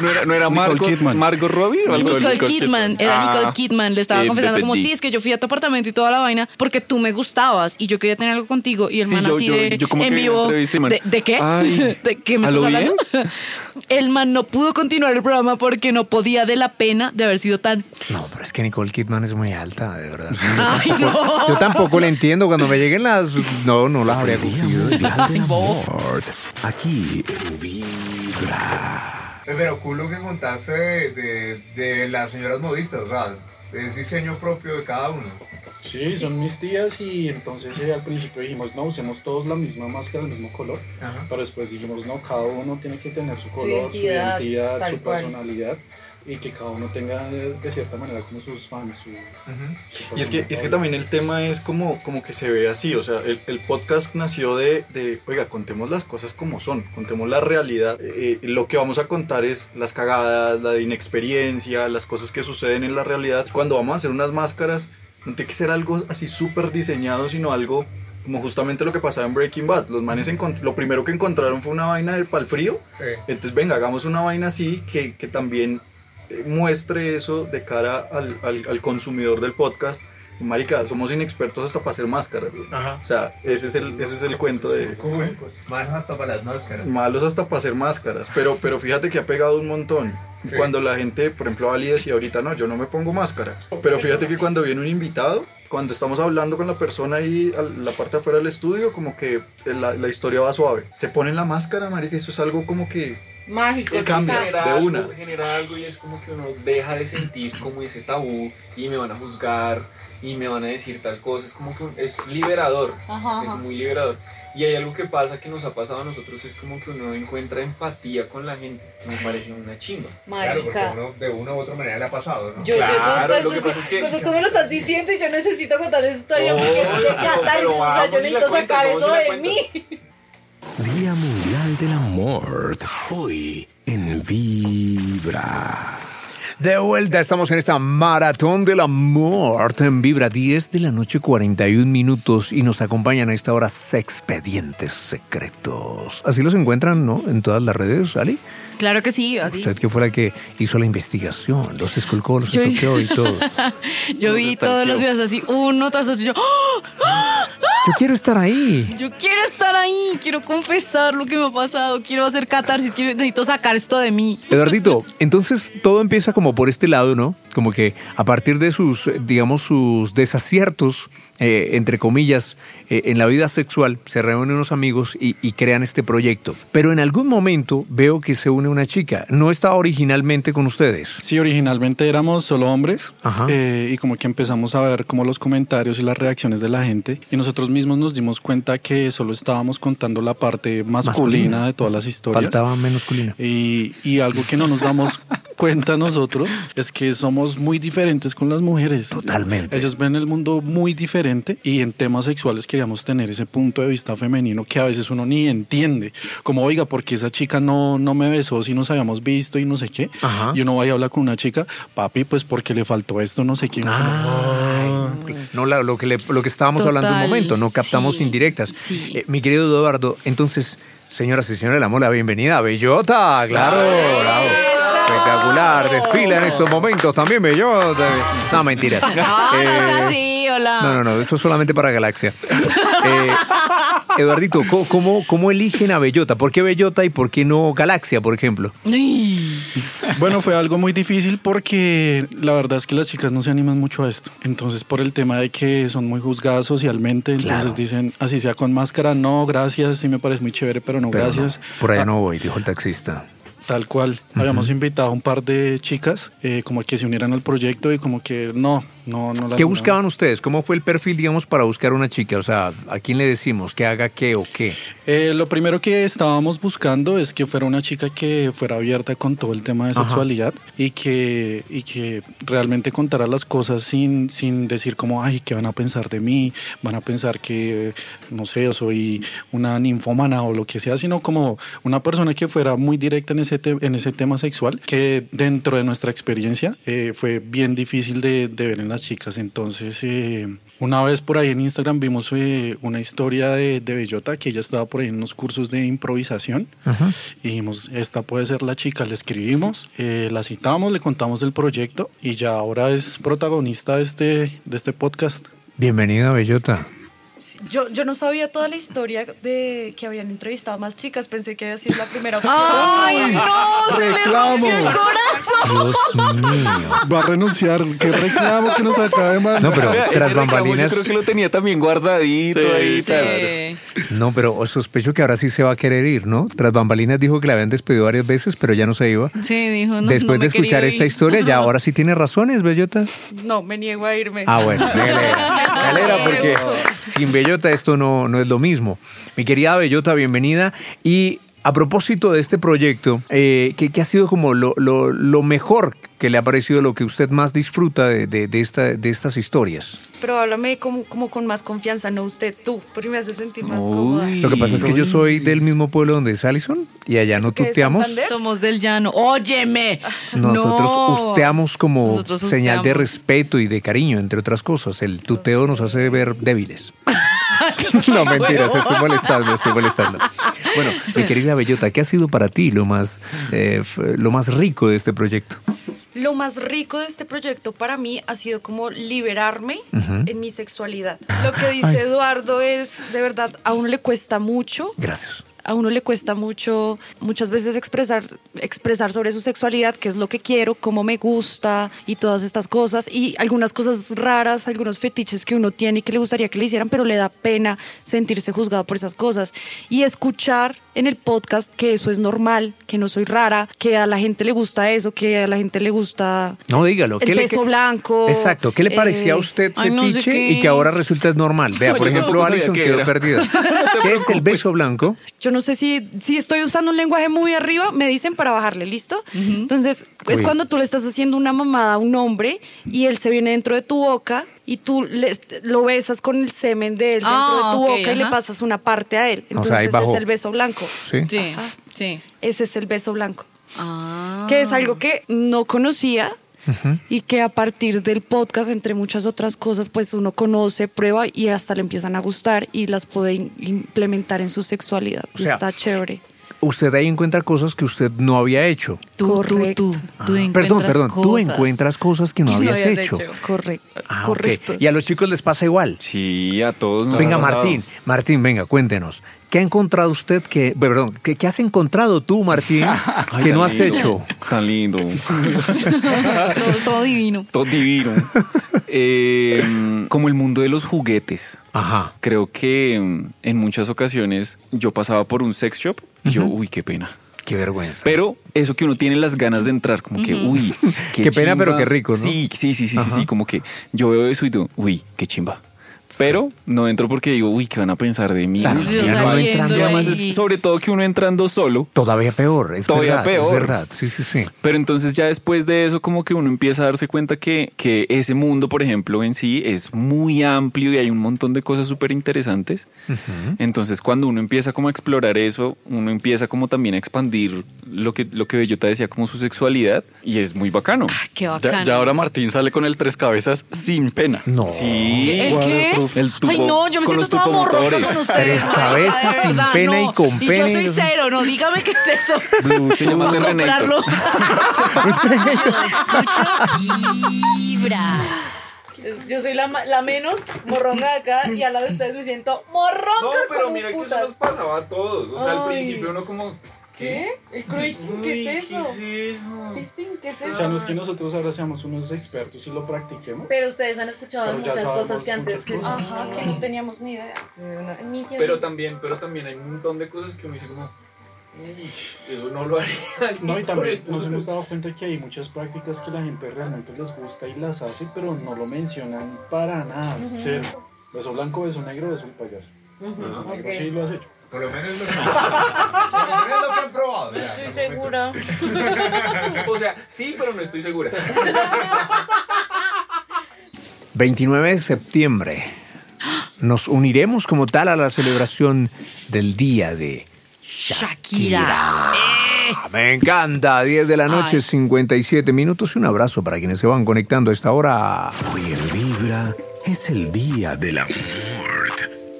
[SPEAKER 5] No era, no era
[SPEAKER 4] Nicole
[SPEAKER 5] Margot,
[SPEAKER 4] Kidman.
[SPEAKER 5] Margot Robbie o algo
[SPEAKER 3] Nicole Kidman, era Nicole
[SPEAKER 5] Ah.
[SPEAKER 3] Kidman, le estaba
[SPEAKER 5] Eh,
[SPEAKER 3] confesando como,
[SPEAKER 5] dependí.
[SPEAKER 3] sí, es que yo fui a tu apartamento y toda la vaina porque tú me gustabas y yo quería tener algo contigo y el
[SPEAKER 5] Sí,
[SPEAKER 3] man
[SPEAKER 5] yo-
[SPEAKER 3] así
[SPEAKER 5] yo-
[SPEAKER 3] de,
[SPEAKER 5] yo como
[SPEAKER 3] en
[SPEAKER 5] que vi una
[SPEAKER 3] vivo,
[SPEAKER 5] entrevista y man,
[SPEAKER 3] ¿de, de qué?
[SPEAKER 5] "Ay,
[SPEAKER 3] ¿De qué me
[SPEAKER 5] ¿a
[SPEAKER 3] estás
[SPEAKER 5] lo
[SPEAKER 3] hablando? El man no pudo continuar el programa porque no podía de la pena de haber sido tan...
[SPEAKER 1] No, pero es que Nicole Kidman es muy alta, de verdad.
[SPEAKER 3] Ay, no.
[SPEAKER 1] Yo tampoco la entiendo. Cuando me lleguen las. No, no las habría
[SPEAKER 7] Día
[SPEAKER 1] cogido.
[SPEAKER 7] Mundial del Amor. Aquí en Vibra.
[SPEAKER 11] Pero cool lo que contaste de, de, de las señoras modistas, o sea, es diseño propio de cada uno.
[SPEAKER 12] Sí, son mis tías y entonces eh, al principio dijimos, no, usemos todos la misma máscara, el mismo color,
[SPEAKER 11] Ajá.
[SPEAKER 12] pero después dijimos, no, cada uno tiene que tener su color, su identidad,
[SPEAKER 9] identidad,
[SPEAKER 12] su,
[SPEAKER 9] tal cual.
[SPEAKER 12] personalidad y que cada uno tenga eh, de cierta manera como sus fans. su- su
[SPEAKER 6] Y es
[SPEAKER 12] persona
[SPEAKER 6] que, es que
[SPEAKER 12] favorita.
[SPEAKER 6] también el tema es como, como que se ve así, o sea, el, el podcast nació de, de, oiga, contemos las cosas como son, contemos la realidad, eh, eh, lo que vamos a contar es las cagadas, la inexperiencia, las cosas que suceden en la realidad. Cuando vamos a hacer unas máscaras, no tiene que ser algo así súper diseñado, sino algo como justamente lo que pasaba en Breaking Bad. Los manes encont- lo primero que encontraron fue una vaina del pal frío,
[SPEAKER 11] Sí.
[SPEAKER 6] entonces, venga, hagamos una vaina así que, que también eh, muestre eso de cara al, al- al consumidor del podcast. Marica, somos inexpertos hasta para hacer máscaras. güey.
[SPEAKER 11] Ajá.
[SPEAKER 6] O sea, ese es el, ese es el cuento de
[SPEAKER 11] Más hasta para las máscaras.
[SPEAKER 6] Pues, malos hasta para hacer máscaras. Pero, pero fíjate que ha pegado un montón.
[SPEAKER 11] Sí.
[SPEAKER 6] Cuando la gente, por ejemplo, Ali decía ahorita, no, yo no me pongo máscara. Pero fíjate que cuando viene un invitado, cuando estamos hablando con la persona ahí, a la parte de afuera del estudio, como que la, la historia va suave. Se ponen la máscara, marica, eso es algo como que
[SPEAKER 9] Mágico,
[SPEAKER 6] Es cambio.
[SPEAKER 9] está-
[SPEAKER 6] de
[SPEAKER 8] algo,
[SPEAKER 6] una.
[SPEAKER 8] genera algo y es como que uno deja de sentir como ese tabú y me van a juzgar y me van a decir tal cosa. Es como que un- es liberador,
[SPEAKER 9] Ajá,
[SPEAKER 8] es
[SPEAKER 9] ajá.
[SPEAKER 8] muy liberador. Y hay algo que pasa que nos ha pasado a nosotros, es como que uno encuentra empatía con la gente. Me parece una chimba.
[SPEAKER 11] Claro, porque
[SPEAKER 9] Marica.
[SPEAKER 11] uno de una u otra manera le ha pasado, ¿no?
[SPEAKER 9] Yo
[SPEAKER 8] Claro,
[SPEAKER 9] llego
[SPEAKER 8] lo que pasa es que-
[SPEAKER 9] cuando tú me lo estás diciendo y yo necesito contar esa historia
[SPEAKER 8] No,
[SPEAKER 9] porque es de
[SPEAKER 8] no,
[SPEAKER 9] catarsis,
[SPEAKER 8] pero
[SPEAKER 9] o sea,
[SPEAKER 8] vamos
[SPEAKER 9] yo
[SPEAKER 8] y la
[SPEAKER 9] necesito
[SPEAKER 8] cuentas,
[SPEAKER 9] sacar
[SPEAKER 8] vamos y
[SPEAKER 9] eso
[SPEAKER 8] la
[SPEAKER 9] de
[SPEAKER 8] cuentas.
[SPEAKER 9] mí.
[SPEAKER 7] Día Mundial del Amor. Hoy en Vibra.
[SPEAKER 1] De vuelta, estamos en esta maratón del amor en Vibra 10 de la noche 41 minutos y nos acompañan a esta hora expedientes secretos. Así los encuentran, ¿no? En todas las redes, ¿Ali?
[SPEAKER 9] Claro que sí, así.
[SPEAKER 1] Usted que fue la que hizo la investigación, los esculcó, los
[SPEAKER 9] Yo-
[SPEAKER 1] estoqueó y todo.
[SPEAKER 9] Yo vi todos los videos así, uno tras otro. Yo, ¡Ah! ¡Ah!
[SPEAKER 1] Yo quiero estar ahí.
[SPEAKER 9] yo quiero estar ahí, quiero confesar lo que me ha pasado, quiero hacer catarsis, quiero, necesito sacar esto de mí.
[SPEAKER 1] Eduardito, entonces todo empieza como por este lado, ¿no? Como que a partir de sus, eh, digamos, sus desaciertos, eh, entre comillas, eh, en la vida sexual, se reúnen unos amigos y, y crean este proyecto. Pero en algún momento veo que se une una chica. No estaba originalmente con ustedes.
[SPEAKER 4] Sí, originalmente éramos solo hombres eh, y como que empezamos a ver como los comentarios y las reacciones de la gente y nosotros mismos nos dimos cuenta que solo estábamos contando la parte masculina,
[SPEAKER 1] Masculina.
[SPEAKER 4] de todas las historias.
[SPEAKER 1] Faltaba menos culina.
[SPEAKER 4] Y, y algo que no nos damos cuenta nosotros es que somos muy diferentes con las mujeres.
[SPEAKER 1] Totalmente.
[SPEAKER 4] Ellos ven el mundo muy diferente y en temas sexuales queríamos tener ese punto de vista femenino que a veces uno ni entiende. Como, oiga, porque esa chica no, no me besó si nos habíamos visto y no sé qué?
[SPEAKER 1] Ajá.
[SPEAKER 4] Y uno va y habla con una chica, papi, pues porque le faltó esto, no sé qué.
[SPEAKER 1] Ah. No la- lo, que le- lo que estábamos
[SPEAKER 4] Total,
[SPEAKER 1] hablando un momento, no captamos indirectas. Eh, mi querido Eduardo, entonces, señoras y señores, la mola, bienvenida. Bellota, claro, bravo. Espectacular, desfila en estos momentos también, Bellota. No, mentiras.
[SPEAKER 9] Ah, no es
[SPEAKER 1] Eh,
[SPEAKER 9] así, hola.
[SPEAKER 1] no, no, no, eso es solamente para Galaxia. Eh, Eduardito, ¿cómo- ¿cómo, ¿cómo eligen a Bellota? ¿Por qué Bellota y por qué no Galaxia, por ejemplo?
[SPEAKER 4] Bueno, fue algo muy difícil porque la verdad es que las chicas no se animan mucho a esto. Entonces, por el tema de que son muy juzgadas socialmente, entonces dicen, así sea con máscara, no, gracias, sí me parece muy chévere, pero no,
[SPEAKER 1] Pero no,
[SPEAKER 4] gracias.
[SPEAKER 1] por allá no voy, dijo el taxista.
[SPEAKER 4] Tal cual. Habíamos invitado a un par de chicas eh, como que se unieran al proyecto y como que no, no, no. las
[SPEAKER 1] ¿Qué
[SPEAKER 4] animaban.
[SPEAKER 1] buscaban ustedes? ¿Cómo fue el perfil, digamos, para buscar una chica? O sea, ¿a quién le decimos que haga qué o qué?
[SPEAKER 4] Eh, lo primero que estábamos buscando es que fuera una chica que fuera abierta con todo el tema de
[SPEAKER 1] Ajá.
[SPEAKER 4] sexualidad y que, y que realmente contara las cosas sin, sin decir como, ay, ¿qué van a pensar de mí? Van a pensar que, no sé, soy una ninfómana o lo que sea, sino como una persona que fuera muy directa en ese, te- en ese tema sexual, que dentro de nuestra experiencia eh, fue bien difícil de, de ver en las chicas. Entonces, eh, una vez por ahí en Instagram vimos eh, una historia de, de Bellota que ella estaba por ahí en unos cursos de improvisación y dijimos, esta puede ser la chica, le escribimos, eh, la citamos, le contamos del proyecto y ya ahora es protagonista de este, de este podcast.
[SPEAKER 1] Bienvenida, Bellota.
[SPEAKER 3] Yo, yo no sabía toda la historia de que habían entrevistado más chicas, pensé que había sido la primera opción.
[SPEAKER 9] ¡Ay, no! ¡Se le rompió el corazón!
[SPEAKER 1] Dios mío.
[SPEAKER 4] Va a renunciar, qué reclamo que nos acaba de mandar.
[SPEAKER 1] No, pero tras bambalinas,
[SPEAKER 5] Yo creo que lo tenía también guardadito ahí. tal.
[SPEAKER 1] no, pero sospecho que ahora sí se va a querer ir, ¿no? Tras bambalinas dijo que la habían despedido varias veces, pero ya no se iba.
[SPEAKER 9] Sí, dijo, no,
[SPEAKER 1] Después
[SPEAKER 9] no me
[SPEAKER 1] de
[SPEAKER 9] he
[SPEAKER 1] escuchar
[SPEAKER 9] querido
[SPEAKER 1] esta
[SPEAKER 9] ir.
[SPEAKER 1] historia, ya ahora sí tiene razones, Bellota.
[SPEAKER 3] No, me niego a irme.
[SPEAKER 1] Ah, bueno, me alegra, me alegra porque sin Bellota esto no, no es lo mismo. Mi querida Bellota, bienvenida. Y a propósito de este proyecto, eh, ¿qué, qué ha sido como lo, lo- lo mejor que le ha parecido, lo que usted más disfruta de, de- de esta, de estas historias?
[SPEAKER 3] Pero háblame como, como con más confianza, no usted, tú, porque me hace sentir más cómoda.
[SPEAKER 1] Lo que pasa es que yo soy del mismo pueblo donde es Allison y allá no
[SPEAKER 3] que es
[SPEAKER 1] tuteamos.
[SPEAKER 9] Somos del llano. Óyeme.
[SPEAKER 1] Nosotros
[SPEAKER 9] No.
[SPEAKER 1] usteamos como
[SPEAKER 9] Nosotros
[SPEAKER 1] señal de
[SPEAKER 9] usteamos.
[SPEAKER 1] respeto y de cariño, entre otras cosas. El tuteo nos hace ver débiles. no, mentiras, estoy molestando, estoy molestando. Bueno, mi querida Bellota, ¿qué ha sido para ti lo más, eh, f- lo más rico de este proyecto?
[SPEAKER 3] Lo más rico de este proyecto para mí ha sido como liberarme
[SPEAKER 1] Ujú.
[SPEAKER 3] en mi sexualidad. Lo que dice Eduardo es, de verdad, a uno le cuesta mucho.
[SPEAKER 1] Gracias.
[SPEAKER 3] A uno le cuesta mucho, muchas veces expresar, expresar sobre su sexualidad, qué es lo que quiero, cómo me gusta y todas estas cosas. Y algunas cosas raras, algunos fetiches que uno tiene y que le gustaría que le hicieran, pero le da pena sentirse juzgado por esas cosas. Y escuchar en el podcast que eso es normal, que no soy rara, que a la gente le gusta eso, que a la gente le gusta
[SPEAKER 1] No, dígalo.
[SPEAKER 3] el
[SPEAKER 1] le-
[SPEAKER 3] peso blanco.
[SPEAKER 1] Exacto. ¿Qué le parecía a
[SPEAKER 3] eh,
[SPEAKER 1] usted
[SPEAKER 3] ay, no sé
[SPEAKER 1] fetiche
[SPEAKER 3] qué
[SPEAKER 1] y que
[SPEAKER 3] es?
[SPEAKER 1] ahora resulta es normal? Vea,
[SPEAKER 3] Yo
[SPEAKER 1] por ejemplo,
[SPEAKER 3] tampoco sabía
[SPEAKER 1] Alison
[SPEAKER 3] qué
[SPEAKER 1] quedó
[SPEAKER 3] era.
[SPEAKER 1] perdida. ¿Qué es el beso blanco?
[SPEAKER 3] Yo no sé si, si estoy usando un lenguaje muy arriba, me dicen para bajarle, ¿listo? Entonces, es
[SPEAKER 1] Uy.
[SPEAKER 3] cuando tú le estás haciendo una mamada a un hombre y él se viene dentro de tu boca y tú le- lo besas con el semen de él dentro
[SPEAKER 9] Ah,
[SPEAKER 3] de tu
[SPEAKER 9] ok,
[SPEAKER 3] boca y le
[SPEAKER 9] ajá.
[SPEAKER 3] pasas una parte a él.
[SPEAKER 1] O
[SPEAKER 3] Entonces,
[SPEAKER 1] sea, ahí bajó.
[SPEAKER 3] ese es el beso blanco.
[SPEAKER 1] Sí.
[SPEAKER 9] Sí,
[SPEAKER 3] Ajá.
[SPEAKER 9] sí.
[SPEAKER 3] Ese es el beso blanco. Que es algo que no conocía
[SPEAKER 1] Ujú.
[SPEAKER 3] y que a partir del podcast, entre muchas otras cosas, pues uno conoce, prueba y hasta le empiezan a gustar y las puede in- implementar en su sexualidad. Y
[SPEAKER 1] sea,
[SPEAKER 3] está chévere.
[SPEAKER 1] Usted ahí encuentra cosas que usted no había hecho.
[SPEAKER 3] Tú, tú, tú.
[SPEAKER 1] Ah. Perdón, perdón. Tú encuentras cosas que no habías hecho.
[SPEAKER 3] Correcto.
[SPEAKER 1] Ah, ok.
[SPEAKER 3] correcto.
[SPEAKER 1] Y a los chicos les pasa igual.
[SPEAKER 5] Sí, a todos nos
[SPEAKER 1] Venga,
[SPEAKER 5] ha pasado.
[SPEAKER 1] Martín. Martín, venga, cuéntenos. ¿Qué ha encontrado usted que. Perdón, ¿qué, qué has encontrado tú, Martín,
[SPEAKER 5] Ay,
[SPEAKER 1] que
[SPEAKER 5] tan
[SPEAKER 1] no has
[SPEAKER 5] lindo,
[SPEAKER 1] hecho?
[SPEAKER 5] Tan lindo.
[SPEAKER 9] todo, todo divino.
[SPEAKER 5] Todo divino. Eh, como el mundo de los juguetes.
[SPEAKER 1] Ajá.
[SPEAKER 5] Creo que mm, en muchas ocasiones yo pasaba por un sex shop y yo, uy, qué pena.
[SPEAKER 1] Qué vergüenza.
[SPEAKER 5] Pero eso que uno tiene las ganas de entrar, como que,
[SPEAKER 1] Ujú.
[SPEAKER 5] uy, qué,
[SPEAKER 1] Qué pena,
[SPEAKER 5] chimba.
[SPEAKER 1] pero qué rico, ¿no?
[SPEAKER 5] Sí, sí, sí, sí, sí, sí, como que yo veo eso y digo, uy, qué chimba. Pero no entro porque digo, uy, ¿qué van a pensar de mí?
[SPEAKER 1] Claro,
[SPEAKER 5] Uy,
[SPEAKER 1] ya
[SPEAKER 5] qué
[SPEAKER 1] no
[SPEAKER 5] mal.
[SPEAKER 1] entrando
[SPEAKER 5] Y además
[SPEAKER 1] ahí.
[SPEAKER 5] es- sobre todo que uno entrando solo,
[SPEAKER 1] Todavía peor, es
[SPEAKER 5] Todavía
[SPEAKER 1] verdad, Es
[SPEAKER 5] peor.
[SPEAKER 1] verdad, sí, sí, sí.
[SPEAKER 5] pero entonces ya después de eso como que uno empieza a darse cuenta que, que ese mundo, por ejemplo, en sí es muy amplio y hay un montón de cosas súper interesantes. Entonces cuando uno empieza como a explorar eso, uno empieza como también a expandir lo que, lo que Bellota decía como su sexualidad y es muy bacano.
[SPEAKER 9] Ah, Qué
[SPEAKER 13] Ya,
[SPEAKER 9] bacano.
[SPEAKER 13] ya ahora Martín sale con el tres cabezas sin pena.
[SPEAKER 1] No.
[SPEAKER 5] Sí.
[SPEAKER 9] ¿El qué?
[SPEAKER 5] El tubo,
[SPEAKER 9] Ay, no, yo me
[SPEAKER 5] con
[SPEAKER 9] siento
[SPEAKER 5] los
[SPEAKER 9] toda
[SPEAKER 5] tupomotores.
[SPEAKER 9] morroca con ustedes.
[SPEAKER 1] Tres cabezas,
[SPEAKER 9] marica, de
[SPEAKER 1] sin
[SPEAKER 9] verdad,
[SPEAKER 1] pena y
[SPEAKER 9] no.
[SPEAKER 1] con pena y
[SPEAKER 9] Y yo
[SPEAKER 1] no
[SPEAKER 9] soy
[SPEAKER 1] sé-
[SPEAKER 9] cero, no, dígame qué es eso.
[SPEAKER 5] Blue, se llama Pues
[SPEAKER 9] Voy a
[SPEAKER 5] Terrenator.
[SPEAKER 9] comprarlo.
[SPEAKER 2] Vibra.
[SPEAKER 14] Entonces, Yo soy la, ma- la menos morronga de acá y a la vez ustedes me siento morronga
[SPEAKER 8] No, pero
[SPEAKER 14] como
[SPEAKER 8] mira que eso
[SPEAKER 14] putas.
[SPEAKER 8] nos pasaba a todos. O sea, al
[SPEAKER 14] Ay.
[SPEAKER 8] principio uno como.
[SPEAKER 14] ¿Qué? ¿El
[SPEAKER 9] Pues,
[SPEAKER 14] cruising?
[SPEAKER 8] Uy,
[SPEAKER 14] ¿Qué es eso?
[SPEAKER 8] ¿Qué es eso?
[SPEAKER 14] ¿Fisting? ¿Qué es
[SPEAKER 6] O sea, no es
[SPEAKER 14] eso?
[SPEAKER 6] que nosotros ahora seamos unos expertos y lo practiquemos.
[SPEAKER 14] Pero ustedes han escuchado
[SPEAKER 6] Pero ya
[SPEAKER 14] muchas
[SPEAKER 6] sabemos
[SPEAKER 14] cosas que antes
[SPEAKER 6] muchas cosas.
[SPEAKER 14] Ajá, que no teníamos ni idea. Ni idea.
[SPEAKER 8] Pero también, pero también hay un montón de cosas que uno dice como. "Uy, Eso no lo haría.
[SPEAKER 6] No, y
[SPEAKER 8] ni
[SPEAKER 6] también
[SPEAKER 14] Pues,
[SPEAKER 8] por el-
[SPEAKER 6] nos hemos dado cuenta que hay muchas prácticas que la gente realmente les gusta y las hace, pero no lo mencionan para nada.
[SPEAKER 14] Ujú.
[SPEAKER 6] Sí. Beso blanco, beso negro, beso el payaso.
[SPEAKER 14] Ujú,
[SPEAKER 6] Beso negro,
[SPEAKER 14] ok.
[SPEAKER 6] Sí, lo has hecho.
[SPEAKER 15] Por lo menos lo que, por lo menos lo que han probado. ya,
[SPEAKER 14] Estoy
[SPEAKER 15] hasta el momento.
[SPEAKER 14] segura.
[SPEAKER 8] O sea, sí, pero no estoy segura.
[SPEAKER 1] 29 de septiembre. Nos uniremos como tal a la celebración del día de Shakira.
[SPEAKER 9] Eh.
[SPEAKER 1] Me encanta. 10 de la noche, 57 minutos. Y un abrazo para quienes se van conectando a esta hora.
[SPEAKER 7] Hoy en Vibra es el día del amor.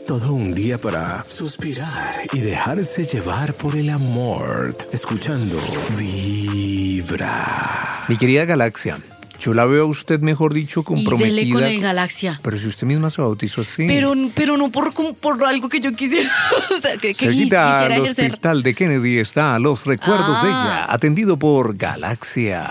[SPEAKER 7] Todo un día para suspirar y dejarse llevar por el amor. Escuchando Vibra.
[SPEAKER 1] Mi querida Galaxia, yo la veo a usted, mejor dicho,
[SPEAKER 9] Y dele con
[SPEAKER 1] comprometida.
[SPEAKER 9] el Galaxia.
[SPEAKER 1] Pero si usted misma se bautizó así.
[SPEAKER 9] Pero, pero no por, como por algo que yo quisiera, o sea, que, que quis-
[SPEAKER 1] Cerquita
[SPEAKER 9] quisiera
[SPEAKER 1] al
[SPEAKER 9] ejercer.
[SPEAKER 1] hospital de Kennedy está Los Recuerdos de
[SPEAKER 9] Ah.
[SPEAKER 1] ella, atendido por Galaxia.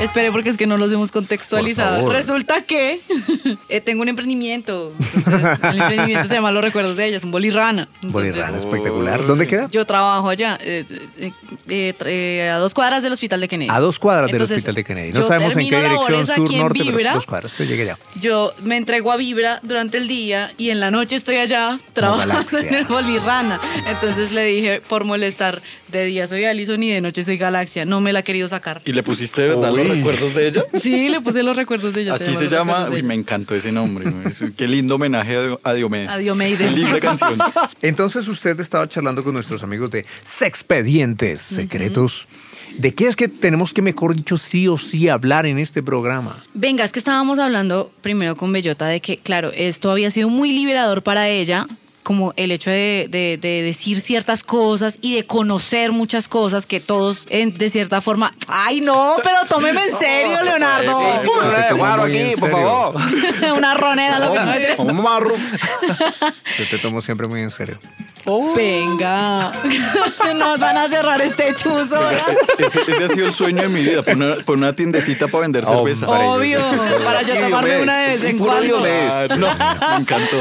[SPEAKER 9] Espere, porque es que no los hemos
[SPEAKER 1] Por
[SPEAKER 9] contextualizado.
[SPEAKER 1] favor.
[SPEAKER 9] Resulta que eh, tengo un emprendimiento. Entonces, el emprendimiento se llama Los Recuerdos de Ella, es un bolirrana. Entonces,
[SPEAKER 1] Bolirrana espectacular. ¿Dónde queda?
[SPEAKER 9] Yo trabajo allá, eh, eh, eh, eh, a dos cuadras del hospital de Kennedy.
[SPEAKER 1] A dos cuadras
[SPEAKER 9] Entonces,
[SPEAKER 1] del hospital de Kennedy. No
[SPEAKER 9] yo
[SPEAKER 1] sabemos en qué
[SPEAKER 9] termino
[SPEAKER 1] dirección,
[SPEAKER 9] labores aquí
[SPEAKER 1] sur,
[SPEAKER 9] en
[SPEAKER 1] norte, pero
[SPEAKER 9] Vibra.
[SPEAKER 1] dos cuadras. Usted llegue ya.
[SPEAKER 9] Yo me entrego a Vibra durante el día y en la noche estoy allá trabajando
[SPEAKER 1] Galaxia.
[SPEAKER 9] en el Bolirrana. Entonces le dije, por molestar, de día soy Alison y de noche soy Galaxia. No me la ha querido sacar.
[SPEAKER 13] ¿Y le pusiste de verdad
[SPEAKER 1] Uy.
[SPEAKER 13] los recuerdos de ella?
[SPEAKER 9] Sí, le puse los recuerdos de ella.
[SPEAKER 13] Así se
[SPEAKER 9] los
[SPEAKER 13] llama.
[SPEAKER 9] recuerdos de
[SPEAKER 13] Uy,
[SPEAKER 9] ella.
[SPEAKER 13] me encantó ese nombre. güey. Es- Qué lindo homenaje a Dio- a Diomedes.
[SPEAKER 9] A Diomedes.
[SPEAKER 13] Qué linda canción.
[SPEAKER 1] Entonces usted estaba charlando con nuestros amigos de Sexpedientes Secretos. ¿De qué es que tenemos que, mejor dicho, sí o sí hablar en este programa?
[SPEAKER 9] Venga, es que estábamos hablando primero con Bellota de que, claro, esto había sido muy liberador para ella, como el hecho de, de- de decir ciertas cosas y de conocer muchas cosas que todos, en- de cierta forma, ay no, pero tómeme en serio, Leonardo.
[SPEAKER 1] Te tomo muy en serio.
[SPEAKER 9] Una ronera, lo que encuentre.
[SPEAKER 1] Yo te tomo siempre muy en serio.
[SPEAKER 9] Venga, nos van a cerrar este chuzo. ¿verdad?
[SPEAKER 13] E-, Ese, ese ha sido el sueño de mi vida, poner, poner una tiendecita para vender
[SPEAKER 1] Hombre.
[SPEAKER 13] cerveza.
[SPEAKER 9] Obvio, para yo
[SPEAKER 13] Y
[SPEAKER 9] tomarme
[SPEAKER 13] Diomedes,
[SPEAKER 9] una de vez en
[SPEAKER 13] puro
[SPEAKER 9] cuando.
[SPEAKER 13] Diomedes. No, me encantó.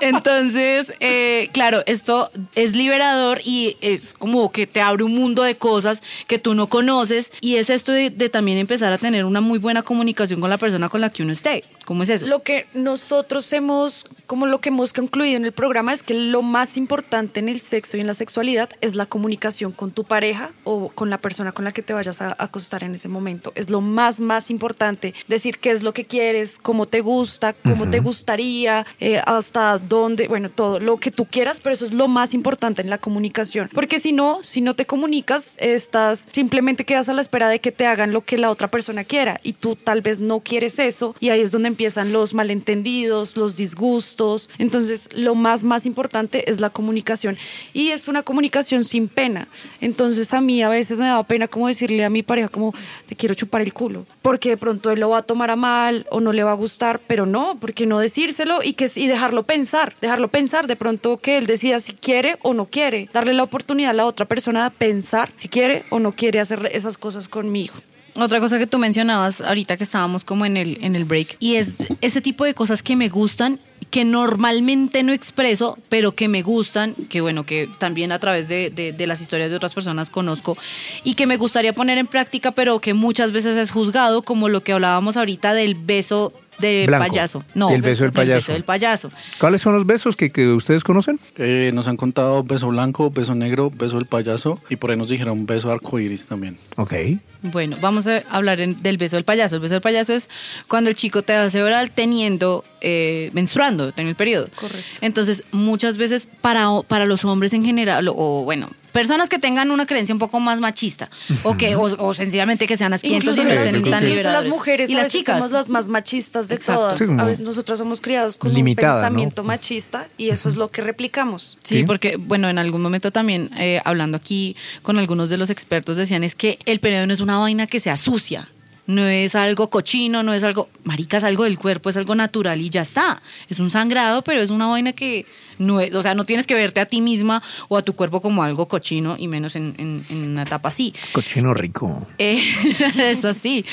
[SPEAKER 9] Entonces, eh, claro, esto es liberador y es como que te abre un mundo de cosas que tú no conoces y es esto de, de también empezar a tener una muy buena comunicación con la persona con la que uno esté. ¿Cómo es eso?
[SPEAKER 3] Lo que nosotros hemos, como lo que hemos concluido en el programa es que lo más importante en el sexo y en la sexualidad es la comunicación con tu pareja o con la persona con la que te vayas a acostar en ese momento. Es lo más, más importante. Decir qué es lo que quieres, cómo te gusta, cómo
[SPEAKER 16] Ujú.
[SPEAKER 3] te gustaría, eh, hasta dónde, bueno, todo lo que tú quieras, pero eso es lo más importante en la comunicación. Porque si no, si no te comunicas, estás simplemente quedas a la espera de que te hagan lo que la otra persona quiera y tú tal vez no quieres eso y ahí es donde empiezan los malentendidos, los disgustos. Entonces, lo más más importante es la comunicación y es una comunicación sin pena. Entonces, a mí a veces me daba pena como decirle a mi pareja como te quiero chupar el culo, porque de pronto él lo va a tomar a mal o no le va a gustar, pero no, porque no decírselo y que y dejarlo pensar, dejarlo pensar de pronto que él decida si quiere o no quiere, darle la oportunidad a la otra persona de pensar si quiere o no quiere hacer esas cosas conmigo.
[SPEAKER 9] Otra cosa que tú mencionabas ahorita que estábamos como en el, en el break, y es ese tipo de cosas que me gustan, que normalmente no expreso, pero que me gustan, que bueno, que también a través de, de- de las historias de otras personas conozco, y que me gustaría poner en práctica, pero que muchas veces es juzgado, como lo que hablábamos ahorita del beso de
[SPEAKER 1] Blanco.
[SPEAKER 9] payaso. No,
[SPEAKER 1] Del beso del payaso.
[SPEAKER 9] beso del payaso.
[SPEAKER 1] ¿Cuáles son los besos que, que ustedes conocen?
[SPEAKER 4] Eh, nos han contado beso blanco, beso negro, beso del payaso y por ahí nos dijeron beso arcoiris también.
[SPEAKER 1] Ok.
[SPEAKER 9] Bueno, vamos a hablar en- del beso del payaso. El beso del payaso es cuando el chico te hace oral teniendo, eh, menstruando, teniendo el periodo. Correcto. Entonces, muchas veces para, o- para los hombres en general, o- o bueno, personas que tengan una creencia un poco más machista, o que o, o sencillamente que sean asquientos y no
[SPEAKER 3] las-
[SPEAKER 9] estén tan
[SPEAKER 3] incluso las
[SPEAKER 9] liberadores.
[SPEAKER 3] mujeres
[SPEAKER 9] y
[SPEAKER 3] a
[SPEAKER 9] las
[SPEAKER 3] veces
[SPEAKER 9] chicas.
[SPEAKER 3] somos las más machistas de
[SPEAKER 9] Exacto.
[SPEAKER 3] todas.
[SPEAKER 9] Sí,
[SPEAKER 3] a
[SPEAKER 9] como
[SPEAKER 3] veces nosotros somos criados con un
[SPEAKER 9] limitada, ¿no?
[SPEAKER 3] pensamiento machista y eso es lo que replicamos.
[SPEAKER 9] Sí, porque, bueno, en algún momento también, eh, hablando aquí con algunos de los expertos, decían es que el periodo no es una vaina que sea sucia. No es algo cochino, no es algo. Marica, es algo del cuerpo, es algo natural y ya está. Es un sangrado, pero es una vaina que no es. O sea, no tienes que verte a ti misma o a tu cuerpo como algo cochino y menos en, en- en una etapa así.
[SPEAKER 1] Cochino rico.
[SPEAKER 9] Eh, eso sí,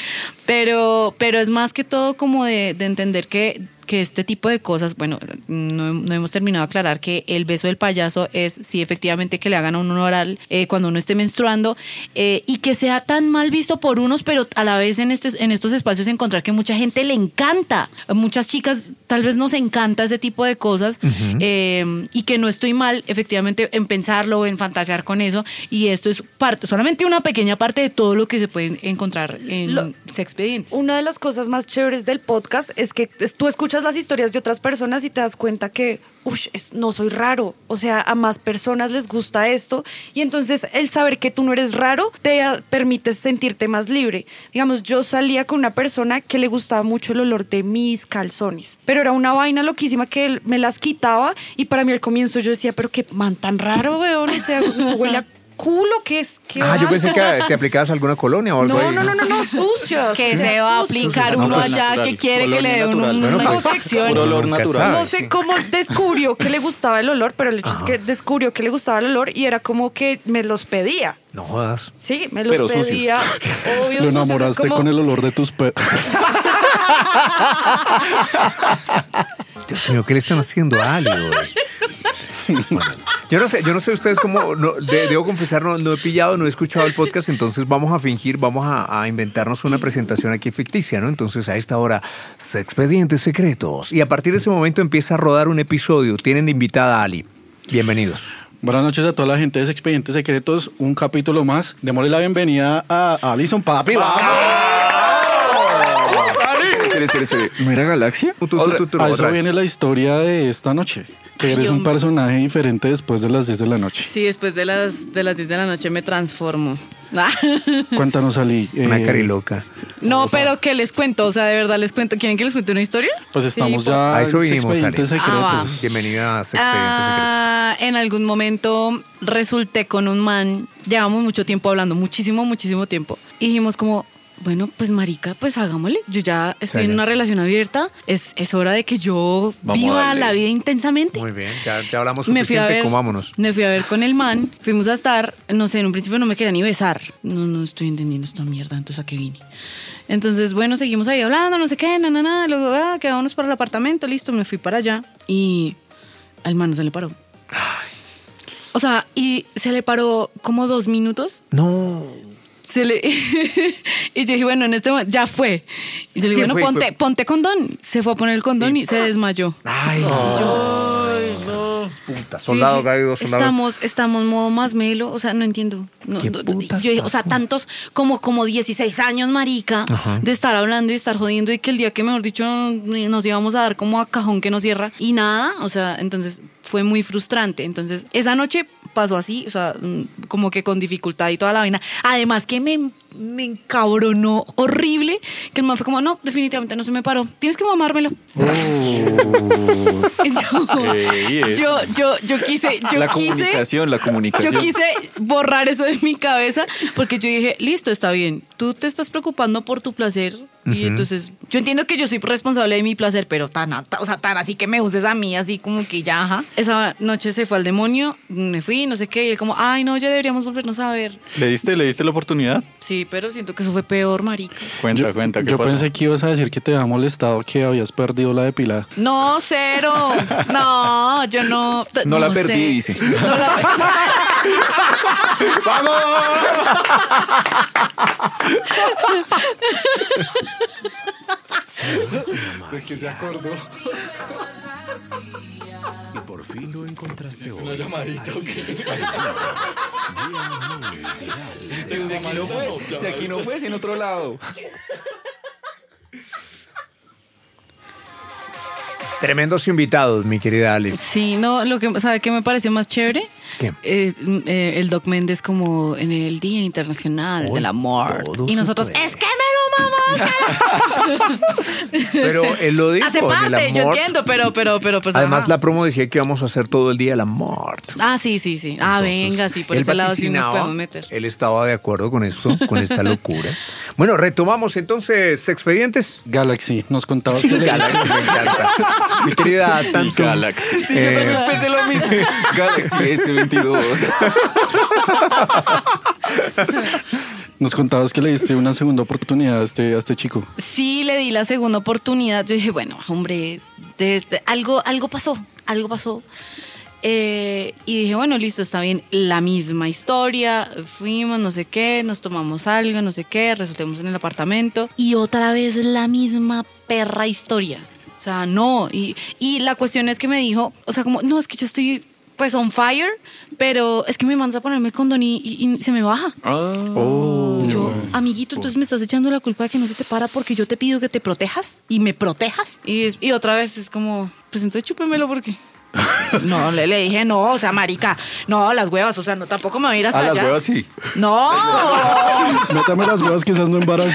[SPEAKER 9] pero, pero es más que todo como de, de entender que, que este tipo de cosas, bueno, no, no hemos terminado de aclarar que el beso del payaso es sí efectivamente que le hagan a uno un oral eh, cuando uno esté menstruando eh, y que sea tan mal visto por unos, pero a la vez en, este, en estos espacios encontrar que mucha gente le encanta, a muchas chicas tal vez nos encanta ese tipo de cosas
[SPEAKER 16] Ujú.
[SPEAKER 9] eh, y que no estoy mal efectivamente en pensarlo, en fantasear con eso y esto es parte, solamente una pequeña parte de todo lo que se puede encontrar en
[SPEAKER 3] Lo-
[SPEAKER 9] sexpedientes.
[SPEAKER 3] Una de las cosas más chéveres del podcast es que es- tú escuchas las historias de otras personas y te das cuenta que, uff, no soy raro. O sea, a más personas les gusta esto. Y entonces el saber que tú no eres raro te ah, permite sentirte más libre. Digamos, yo salía con una persona que le gustaba mucho el olor de mis calzones. Pero era una vaina loquísima que él me las quitaba. Y para mí al comienzo yo decía, pero qué man tan raro, weón. O sea, huele a culo, que es? ¿Qué
[SPEAKER 1] Ah, yo pensé
[SPEAKER 3] asco".
[SPEAKER 1] que te aplicabas a alguna colonia o algo
[SPEAKER 3] No,
[SPEAKER 1] ahí.
[SPEAKER 3] no, no, no, no, sucios.
[SPEAKER 9] Que se va a aplicar
[SPEAKER 1] No,
[SPEAKER 9] uno
[SPEAKER 1] pues,
[SPEAKER 9] allá
[SPEAKER 1] natural.
[SPEAKER 9] que quiere que
[SPEAKER 1] Colonia
[SPEAKER 9] le dé un-
[SPEAKER 1] natural.
[SPEAKER 9] un-
[SPEAKER 1] Bueno,
[SPEAKER 9] una
[SPEAKER 1] pues,
[SPEAKER 9] infección.
[SPEAKER 1] puro olor Nunca natural. sabe.
[SPEAKER 3] No sé cómo descubrió que le gustaba el olor, pero el hecho es que descubrió que le gustaba el olor y era como que me los pedía.
[SPEAKER 1] No jodas.
[SPEAKER 3] Sí, me los
[SPEAKER 4] Pero sucios.
[SPEAKER 3] pedía. Obvio,
[SPEAKER 4] Lo
[SPEAKER 3] sucios, es
[SPEAKER 4] enamoraste
[SPEAKER 3] como-
[SPEAKER 4] con el olor de tus pe...
[SPEAKER 1] Dios mío, ¿qué le están haciendo a Ali? hoy? Bueno, yo no sé, yo no sé ustedes cómo, no, de- debo confesar, no, no he pillado, no he escuchado el podcast, entonces vamos a fingir, vamos a, a inventarnos una presentación aquí ficticia, ¿no? Entonces a esta hora, expedientes secretos. Y a partir de ese momento empieza a rodar un episodio, tienen de invitada a Ali. Bienvenidos.
[SPEAKER 4] Buenas noches a toda la gente de Expedientes Secretos, un capítulo más. Démosle la bienvenida a Alison Papi.
[SPEAKER 5] Espera, espera, espera. ¿No era Galaxia? Otra-
[SPEAKER 4] A eso viene la historia de esta noche, que eres un
[SPEAKER 9] hombre.
[SPEAKER 4] personaje diferente después de las 10 de la noche.
[SPEAKER 9] Sí, después de las, de las 10 de la noche me transformo.
[SPEAKER 4] Cuéntanos, Ali. eh,
[SPEAKER 1] Una cariloca.
[SPEAKER 9] No, pero que les cuento, o sea, de verdad les cuento. ¿Quieren que les cuente una historia?
[SPEAKER 4] Pues estamos
[SPEAKER 9] por-
[SPEAKER 4] ya
[SPEAKER 1] A eso
[SPEAKER 4] en
[SPEAKER 1] vinimos, Ali.
[SPEAKER 4] Expedientes Secretos.
[SPEAKER 9] Ah, va.
[SPEAKER 1] Bienvenida a
[SPEAKER 9] Ah, en algún momento resulté con un man, llevamos mucho tiempo hablando, muchísimo, muchísimo tiempo. Y dijimos como, bueno, pues marica, pues hagámosle. Yo ya estoy en
[SPEAKER 1] Dale.
[SPEAKER 9] una relación abierta, es, es hora de que yo
[SPEAKER 1] Vamos a
[SPEAKER 9] viva
[SPEAKER 1] darle.
[SPEAKER 9] la vida intensamente.
[SPEAKER 1] Muy bien, ya, ya hablamos
[SPEAKER 9] Me fui a
[SPEAKER 1] suficiente,
[SPEAKER 9] ver-
[SPEAKER 1] comámonos.
[SPEAKER 9] Me fui a ver con el man, fuimos a estar, no sé, en un principio no me quería ni besar. No, no estoy entendiendo esta mierda, entonces a qué vine. Entonces, bueno, seguimos ahí hablando, no sé qué, nada, nada, luego, ah, que vámonos para el apartamento, listo, me fui para allá y al man no se le paró. O sea, y se le paró como dos minutos
[SPEAKER 1] No.
[SPEAKER 9] se le- y yo dije, bueno, en este momento ya fue. Y yo le
[SPEAKER 16] ¿Qué
[SPEAKER 9] dije, bueno,
[SPEAKER 16] fue,
[SPEAKER 9] ponte,
[SPEAKER 16] hijo de-
[SPEAKER 9] ponte condón. Se fue a poner el condón y se desmayó.
[SPEAKER 1] Ay,
[SPEAKER 9] no.
[SPEAKER 1] Puta, soldado
[SPEAKER 9] Sí,
[SPEAKER 1] caído, soldado.
[SPEAKER 9] Estamos, estamos modo más melo, o sea, no entiendo. No,
[SPEAKER 1] ¿Qué
[SPEAKER 9] no, no, yo dije, o sea, tantos, como, como 16 años, marica,
[SPEAKER 1] Ajá.
[SPEAKER 9] de estar hablando y estar jodiendo y que el día que, mejor dicho, nos íbamos a dar como a cajón que nos cierra y nada, o sea, entonces fue muy frustrante. Entonces, esa noche pasó así, o sea, mm, como que con dificultad y toda la vaina. Además que me, me encabronó horrible, que el man fue como, no, definitivamente no se me paró, tienes que mamármelo.
[SPEAKER 1] Oh.
[SPEAKER 9] Yo- yo, yo, yo quise, yo
[SPEAKER 5] la
[SPEAKER 9] quise,
[SPEAKER 5] comunicación, la comunicación.
[SPEAKER 9] yo quise borrar eso de mi cabeza porque yo dije, listo, está bien, tú te estás preocupando por tu placer y
[SPEAKER 16] Ujú.
[SPEAKER 9] entonces yo entiendo que yo soy responsable de mi placer, pero tan, a- ta- o sea, tan así que me uses a mí, así como que ya, ajá. Esa noche se fue al demonio, me fui, no sé qué, y él como, ay, no, ya deberíamos volvernos a ver.
[SPEAKER 17] ¿Le diste, le diste la oportunidad?
[SPEAKER 9] Sí, pero siento que eso fue peor, marica.
[SPEAKER 17] Cuenta, cuenta. ¿qué
[SPEAKER 4] Yo
[SPEAKER 17] pasó?
[SPEAKER 4] pensé que ibas a decir que te había molestado que habías perdido la depilada.
[SPEAKER 9] No, cero. No, yo no. t-
[SPEAKER 4] No la perdí,
[SPEAKER 9] sé.
[SPEAKER 4] dice.
[SPEAKER 9] No la-
[SPEAKER 7] De que se acordó. Y por fin lo encontraste hoy.
[SPEAKER 17] una llamadita,
[SPEAKER 7] Aquí,
[SPEAKER 17] ok.
[SPEAKER 5] Si
[SPEAKER 7] Día
[SPEAKER 5] aquí no fue,
[SPEAKER 7] Mundial.
[SPEAKER 5] si aquí no fue, es en otro lado.
[SPEAKER 1] Tremendos invitados, mi querida Ali.
[SPEAKER 9] Sí, no, lo que, ¿sabe qué me parece más chévere?
[SPEAKER 1] ¿Qué?
[SPEAKER 9] Eh, mm, eh, el Doc Méndez como en el Día Internacional del Amor. Y nosotros, es que me lo mamamos.
[SPEAKER 1] Pero él lo dijo.
[SPEAKER 9] Hace
[SPEAKER 1] en el
[SPEAKER 9] parte, yo
[SPEAKER 1] amor.
[SPEAKER 9] entiendo, pero, pero, pero, pues.
[SPEAKER 1] Además,
[SPEAKER 9] ajá.
[SPEAKER 1] la promo decía que íbamos a hacer todo el día el amor.
[SPEAKER 9] Ah, sí, sí, sí. Ah, venga, sí, por
[SPEAKER 1] él
[SPEAKER 9] ese lado sí nos
[SPEAKER 1] vaticinaba-
[SPEAKER 9] podemos meter.
[SPEAKER 1] Él estaba de acuerdo con esto, con esta locura. Bueno, retomamos entonces expedientes.
[SPEAKER 4] Galaxy, nos contabas que
[SPEAKER 1] Sí,
[SPEAKER 4] le-
[SPEAKER 1] Galaxy, me encanta. Mi querida
[SPEAKER 4] Sí,
[SPEAKER 1] Samsung. Eh,
[SPEAKER 4] Galaxy. Eh,
[SPEAKER 5] Sí, yo también pensé lo mismo. Galaxy S22.
[SPEAKER 4] Nos contabas que le diste una segunda oportunidad a este, a este chico.
[SPEAKER 9] Sí, le di la segunda oportunidad. Yo dije, bueno, hombre, de- de- algo, algo pasó, algo pasó. Eh, y dije, bueno, listo, está bien, la misma historia. Fuimos, no sé qué, nos tomamos algo, no sé qué, resultamos en el apartamento. Y otra vez la misma perra historia. O sea, no. Y, y la cuestión es que me dijo, o sea, como, no, es que yo estoy pues on fire, pero es que me mandas a ponerme condón y, y- y se me baja.
[SPEAKER 5] Oh.
[SPEAKER 9] Yo, amiguito, entonces me estás echando la culpa de que no se te para porque yo te pido que te protejas y me protejas. Y, es- y otra vez es como, pues entonces chúpemelo porque. No, le, le dije, no, o sea, marica, no, las huevas, o sea, no, tampoco me voy a ir hasta
[SPEAKER 4] A Ah, las
[SPEAKER 9] allá.
[SPEAKER 4] huevas sí.
[SPEAKER 9] No.
[SPEAKER 4] Métame las huevas quizás no embarazo.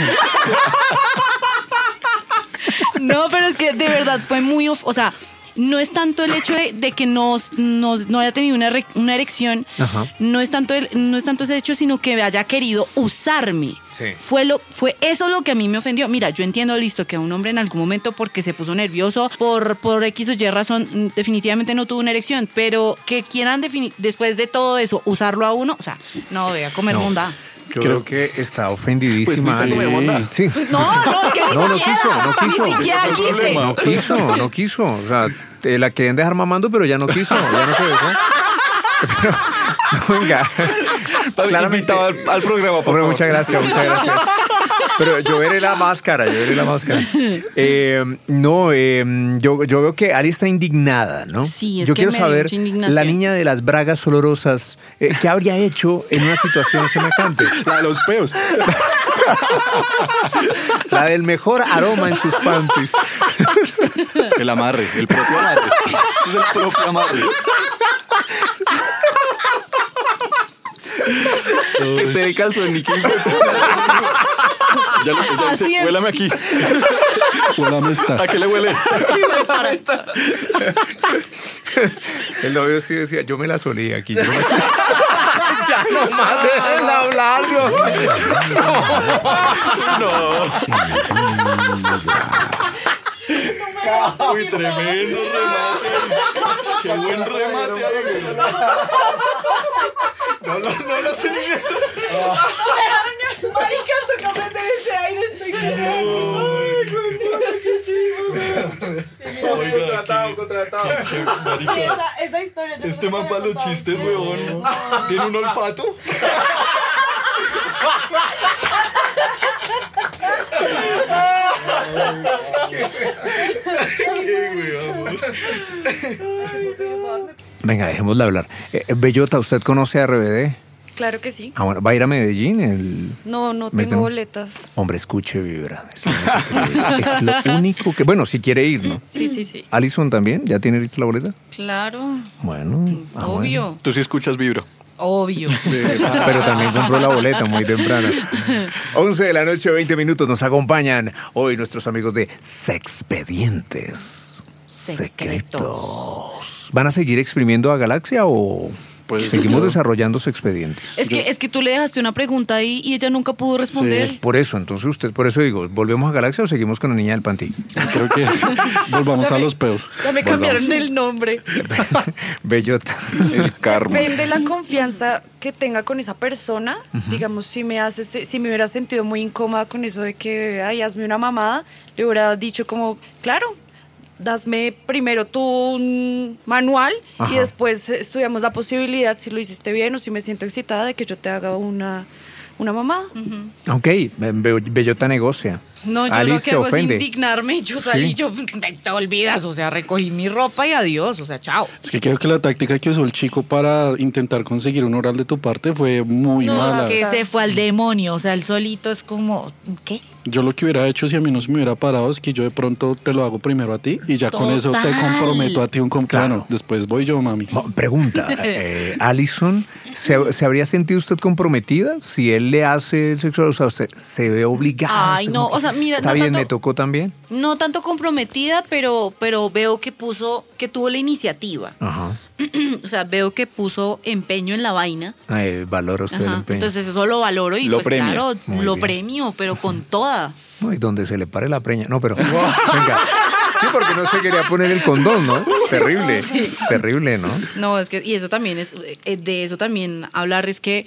[SPEAKER 9] No, pero es que de verdad fue muy. of- o sea, no es tanto el hecho de, de que nos, nos- no haya tenido una, re- una erección,
[SPEAKER 16] Ajá.
[SPEAKER 9] no es, tanto el- no es tanto ese hecho, sino que haya querido usarme.
[SPEAKER 16] Sí.
[SPEAKER 9] Fue, lo, fue eso lo que a mí me ofendió. Mira, yo entiendo, listo, que a un hombre en algún momento porque se puso nervioso, por, por X o Y razón, mm, definitivamente no tuvo una erección, pero que quieran defini- después de todo eso usarlo a uno, o sea, no, voy a comer
[SPEAKER 1] No.
[SPEAKER 9] monda.
[SPEAKER 1] Yo creo que está ofendidísima.
[SPEAKER 5] Pues fuiste a comer bondad.
[SPEAKER 1] Sí.
[SPEAKER 9] No, no, que ni
[SPEAKER 1] No, no
[SPEAKER 9] siquiera,
[SPEAKER 1] quiso, no
[SPEAKER 9] ni
[SPEAKER 1] quiso.
[SPEAKER 9] siquiera quise.
[SPEAKER 1] No quiso, no quiso. O sea, te la querían dejar mamando, pero ya no quiso, ya no se dejó. Pero, no, venga. Claramente. Al,
[SPEAKER 5] programa, por
[SPEAKER 1] Hombre, muchas gracias, muchas gracias. Pero yo veré la máscara, yo veré la máscara. Eh, no, eh, yo, yo veo que Ari está indignada, ¿no?
[SPEAKER 9] Sí, es
[SPEAKER 1] yo
[SPEAKER 9] que
[SPEAKER 1] quiero
[SPEAKER 9] me dio
[SPEAKER 1] saber,
[SPEAKER 9] mucha indignación.
[SPEAKER 1] la niña de las bragas olorosas, eh, ¿qué habría hecho en una situación semejante?
[SPEAKER 4] La de los peos.
[SPEAKER 1] La del mejor aroma en sus panties.
[SPEAKER 17] El amarre, el propio amarre. Es el propio amarre.
[SPEAKER 5] Que te dé calzón, Nicky.
[SPEAKER 17] Ya lo ya
[SPEAKER 5] Así
[SPEAKER 17] dice,
[SPEAKER 5] es.
[SPEAKER 17] huélame aquí.
[SPEAKER 4] Huélame esta.
[SPEAKER 17] ¿A qué le huele?
[SPEAKER 1] El novio sí decía, yo me la solía aquí. yo me la
[SPEAKER 16] Ya no más dejen hablar, Dios
[SPEAKER 17] No. Uy, tremendo remate. Qué buen remate.
[SPEAKER 15] No, no, no lo sé.
[SPEAKER 16] Marica, tu café de ese aire estoy cagando. Ay, güey, qué chido, güey.
[SPEAKER 15] Contratado, contratado.
[SPEAKER 14] Esa, esa historia. yo
[SPEAKER 15] Este
[SPEAKER 14] creo que
[SPEAKER 15] man
[SPEAKER 14] se la
[SPEAKER 15] para los
[SPEAKER 14] contaba.
[SPEAKER 15] chistes, weón. ¿Tiene un olfato?
[SPEAKER 1] Venga, dejémosla hablar. Eh, eh, Bellota, ¿usted conoce a RBD?
[SPEAKER 3] Claro que sí.
[SPEAKER 1] Ah, bueno, ¿va a ir a Medellín el...?
[SPEAKER 3] No, no
[SPEAKER 1] mes de-
[SPEAKER 3] tengo boletas.
[SPEAKER 1] Hombre, escuche Vibra. Es lo único que- Es lo único que... Bueno, si quiere ir, ¿no?
[SPEAKER 3] Sí, sí, sí.
[SPEAKER 1] ¿Alison también? ¿Ya tiene lista la boleta?
[SPEAKER 9] Claro,
[SPEAKER 1] Bueno. ah, bueno.
[SPEAKER 9] obvio,
[SPEAKER 17] Tú sí escuchas vibro.
[SPEAKER 9] obvio.
[SPEAKER 1] Pero también compró la boleta muy temprano. 11 de la noche, 20 minutos. Nos acompañan hoy nuestros amigos de Sexpedientes Secretos. ¿Van a seguir exprimiendo a Galaxia o
[SPEAKER 4] Pues
[SPEAKER 1] seguimos
[SPEAKER 4] yo-
[SPEAKER 1] desarrollando Sexpedientes?
[SPEAKER 9] Es que, es que tú le dejaste una pregunta ahí y ella nunca pudo responder.
[SPEAKER 1] Por eso, entonces usted, por eso digo, ¿volvemos a Galaxia o seguimos con la niña del panty?
[SPEAKER 4] Creo que volvamos a los peos.
[SPEAKER 3] Ya me cambiaron el nombre.
[SPEAKER 1] Bellota. El karma.
[SPEAKER 3] Depende la confianza que tenga con esa persona. Digamos, si me hace, si me hubiera sentido muy incómoda con eso de que, ay, hazme una mamada, le hubiera dicho como, claro, dasme primero tú un manual
[SPEAKER 1] Ajá.
[SPEAKER 3] y después estudiamos la posibilidad, si lo hiciste bien o si me siento excitada, de que yo te haga una, una mamada.
[SPEAKER 1] Ok, Be- Be- Bellota negocia.
[SPEAKER 9] No, yo
[SPEAKER 1] Alice
[SPEAKER 9] lo
[SPEAKER 1] se
[SPEAKER 9] que hago
[SPEAKER 1] ofende.
[SPEAKER 9] es indignarme. Yo salí,
[SPEAKER 1] Sí.
[SPEAKER 9] yo te olvidas, o sea, recogí mi ropa y adiós, o sea, chao.
[SPEAKER 4] Es que creo que la táctica que usó el chico para intentar conseguir un oral de tu parte fue muy
[SPEAKER 9] No,
[SPEAKER 4] mala.
[SPEAKER 9] es que se fue al demonio, o sea, el solito es como, ¿qué?
[SPEAKER 4] Yo lo que hubiera hecho si a mí no se me hubiera parado es que yo de pronto te lo hago primero a ti y ya con eso te
[SPEAKER 9] Total.
[SPEAKER 4] comprometo a ti un compromiso. después voy yo, mami.
[SPEAKER 1] Pregunta, eh, Alison, ¿se, se habría sentido usted comprometida si él le hace sexo? O sea, se, se ve obligada.
[SPEAKER 9] Ay,
[SPEAKER 1] usted
[SPEAKER 9] no,
[SPEAKER 1] como
[SPEAKER 9] o sea,
[SPEAKER 1] que,
[SPEAKER 9] mira,
[SPEAKER 1] Está
[SPEAKER 9] no
[SPEAKER 1] bien,
[SPEAKER 9] tanto-
[SPEAKER 1] me tocó también.
[SPEAKER 9] No tanto comprometida, pero, pero veo que puso, que tuvo la iniciativa.
[SPEAKER 1] Ajá.
[SPEAKER 9] o sea, veo que puso empeño en la vaina.
[SPEAKER 1] Ay, valora usted el
[SPEAKER 9] Ajá.
[SPEAKER 1] empeño.
[SPEAKER 9] Entonces eso lo valoro y
[SPEAKER 1] Lo
[SPEAKER 9] pues
[SPEAKER 1] premia.
[SPEAKER 9] claro,
[SPEAKER 1] Muy
[SPEAKER 9] lo
[SPEAKER 1] bien.
[SPEAKER 9] premio, pero con toda.
[SPEAKER 1] No, y donde se le pare la preña. No, pero. Venga. Sí, porque no se quería poner el condón, ¿no? Terrible.
[SPEAKER 9] Sí.
[SPEAKER 1] Terrible, ¿no?
[SPEAKER 9] No, es que, y eso también es, eh, de eso también hablar es que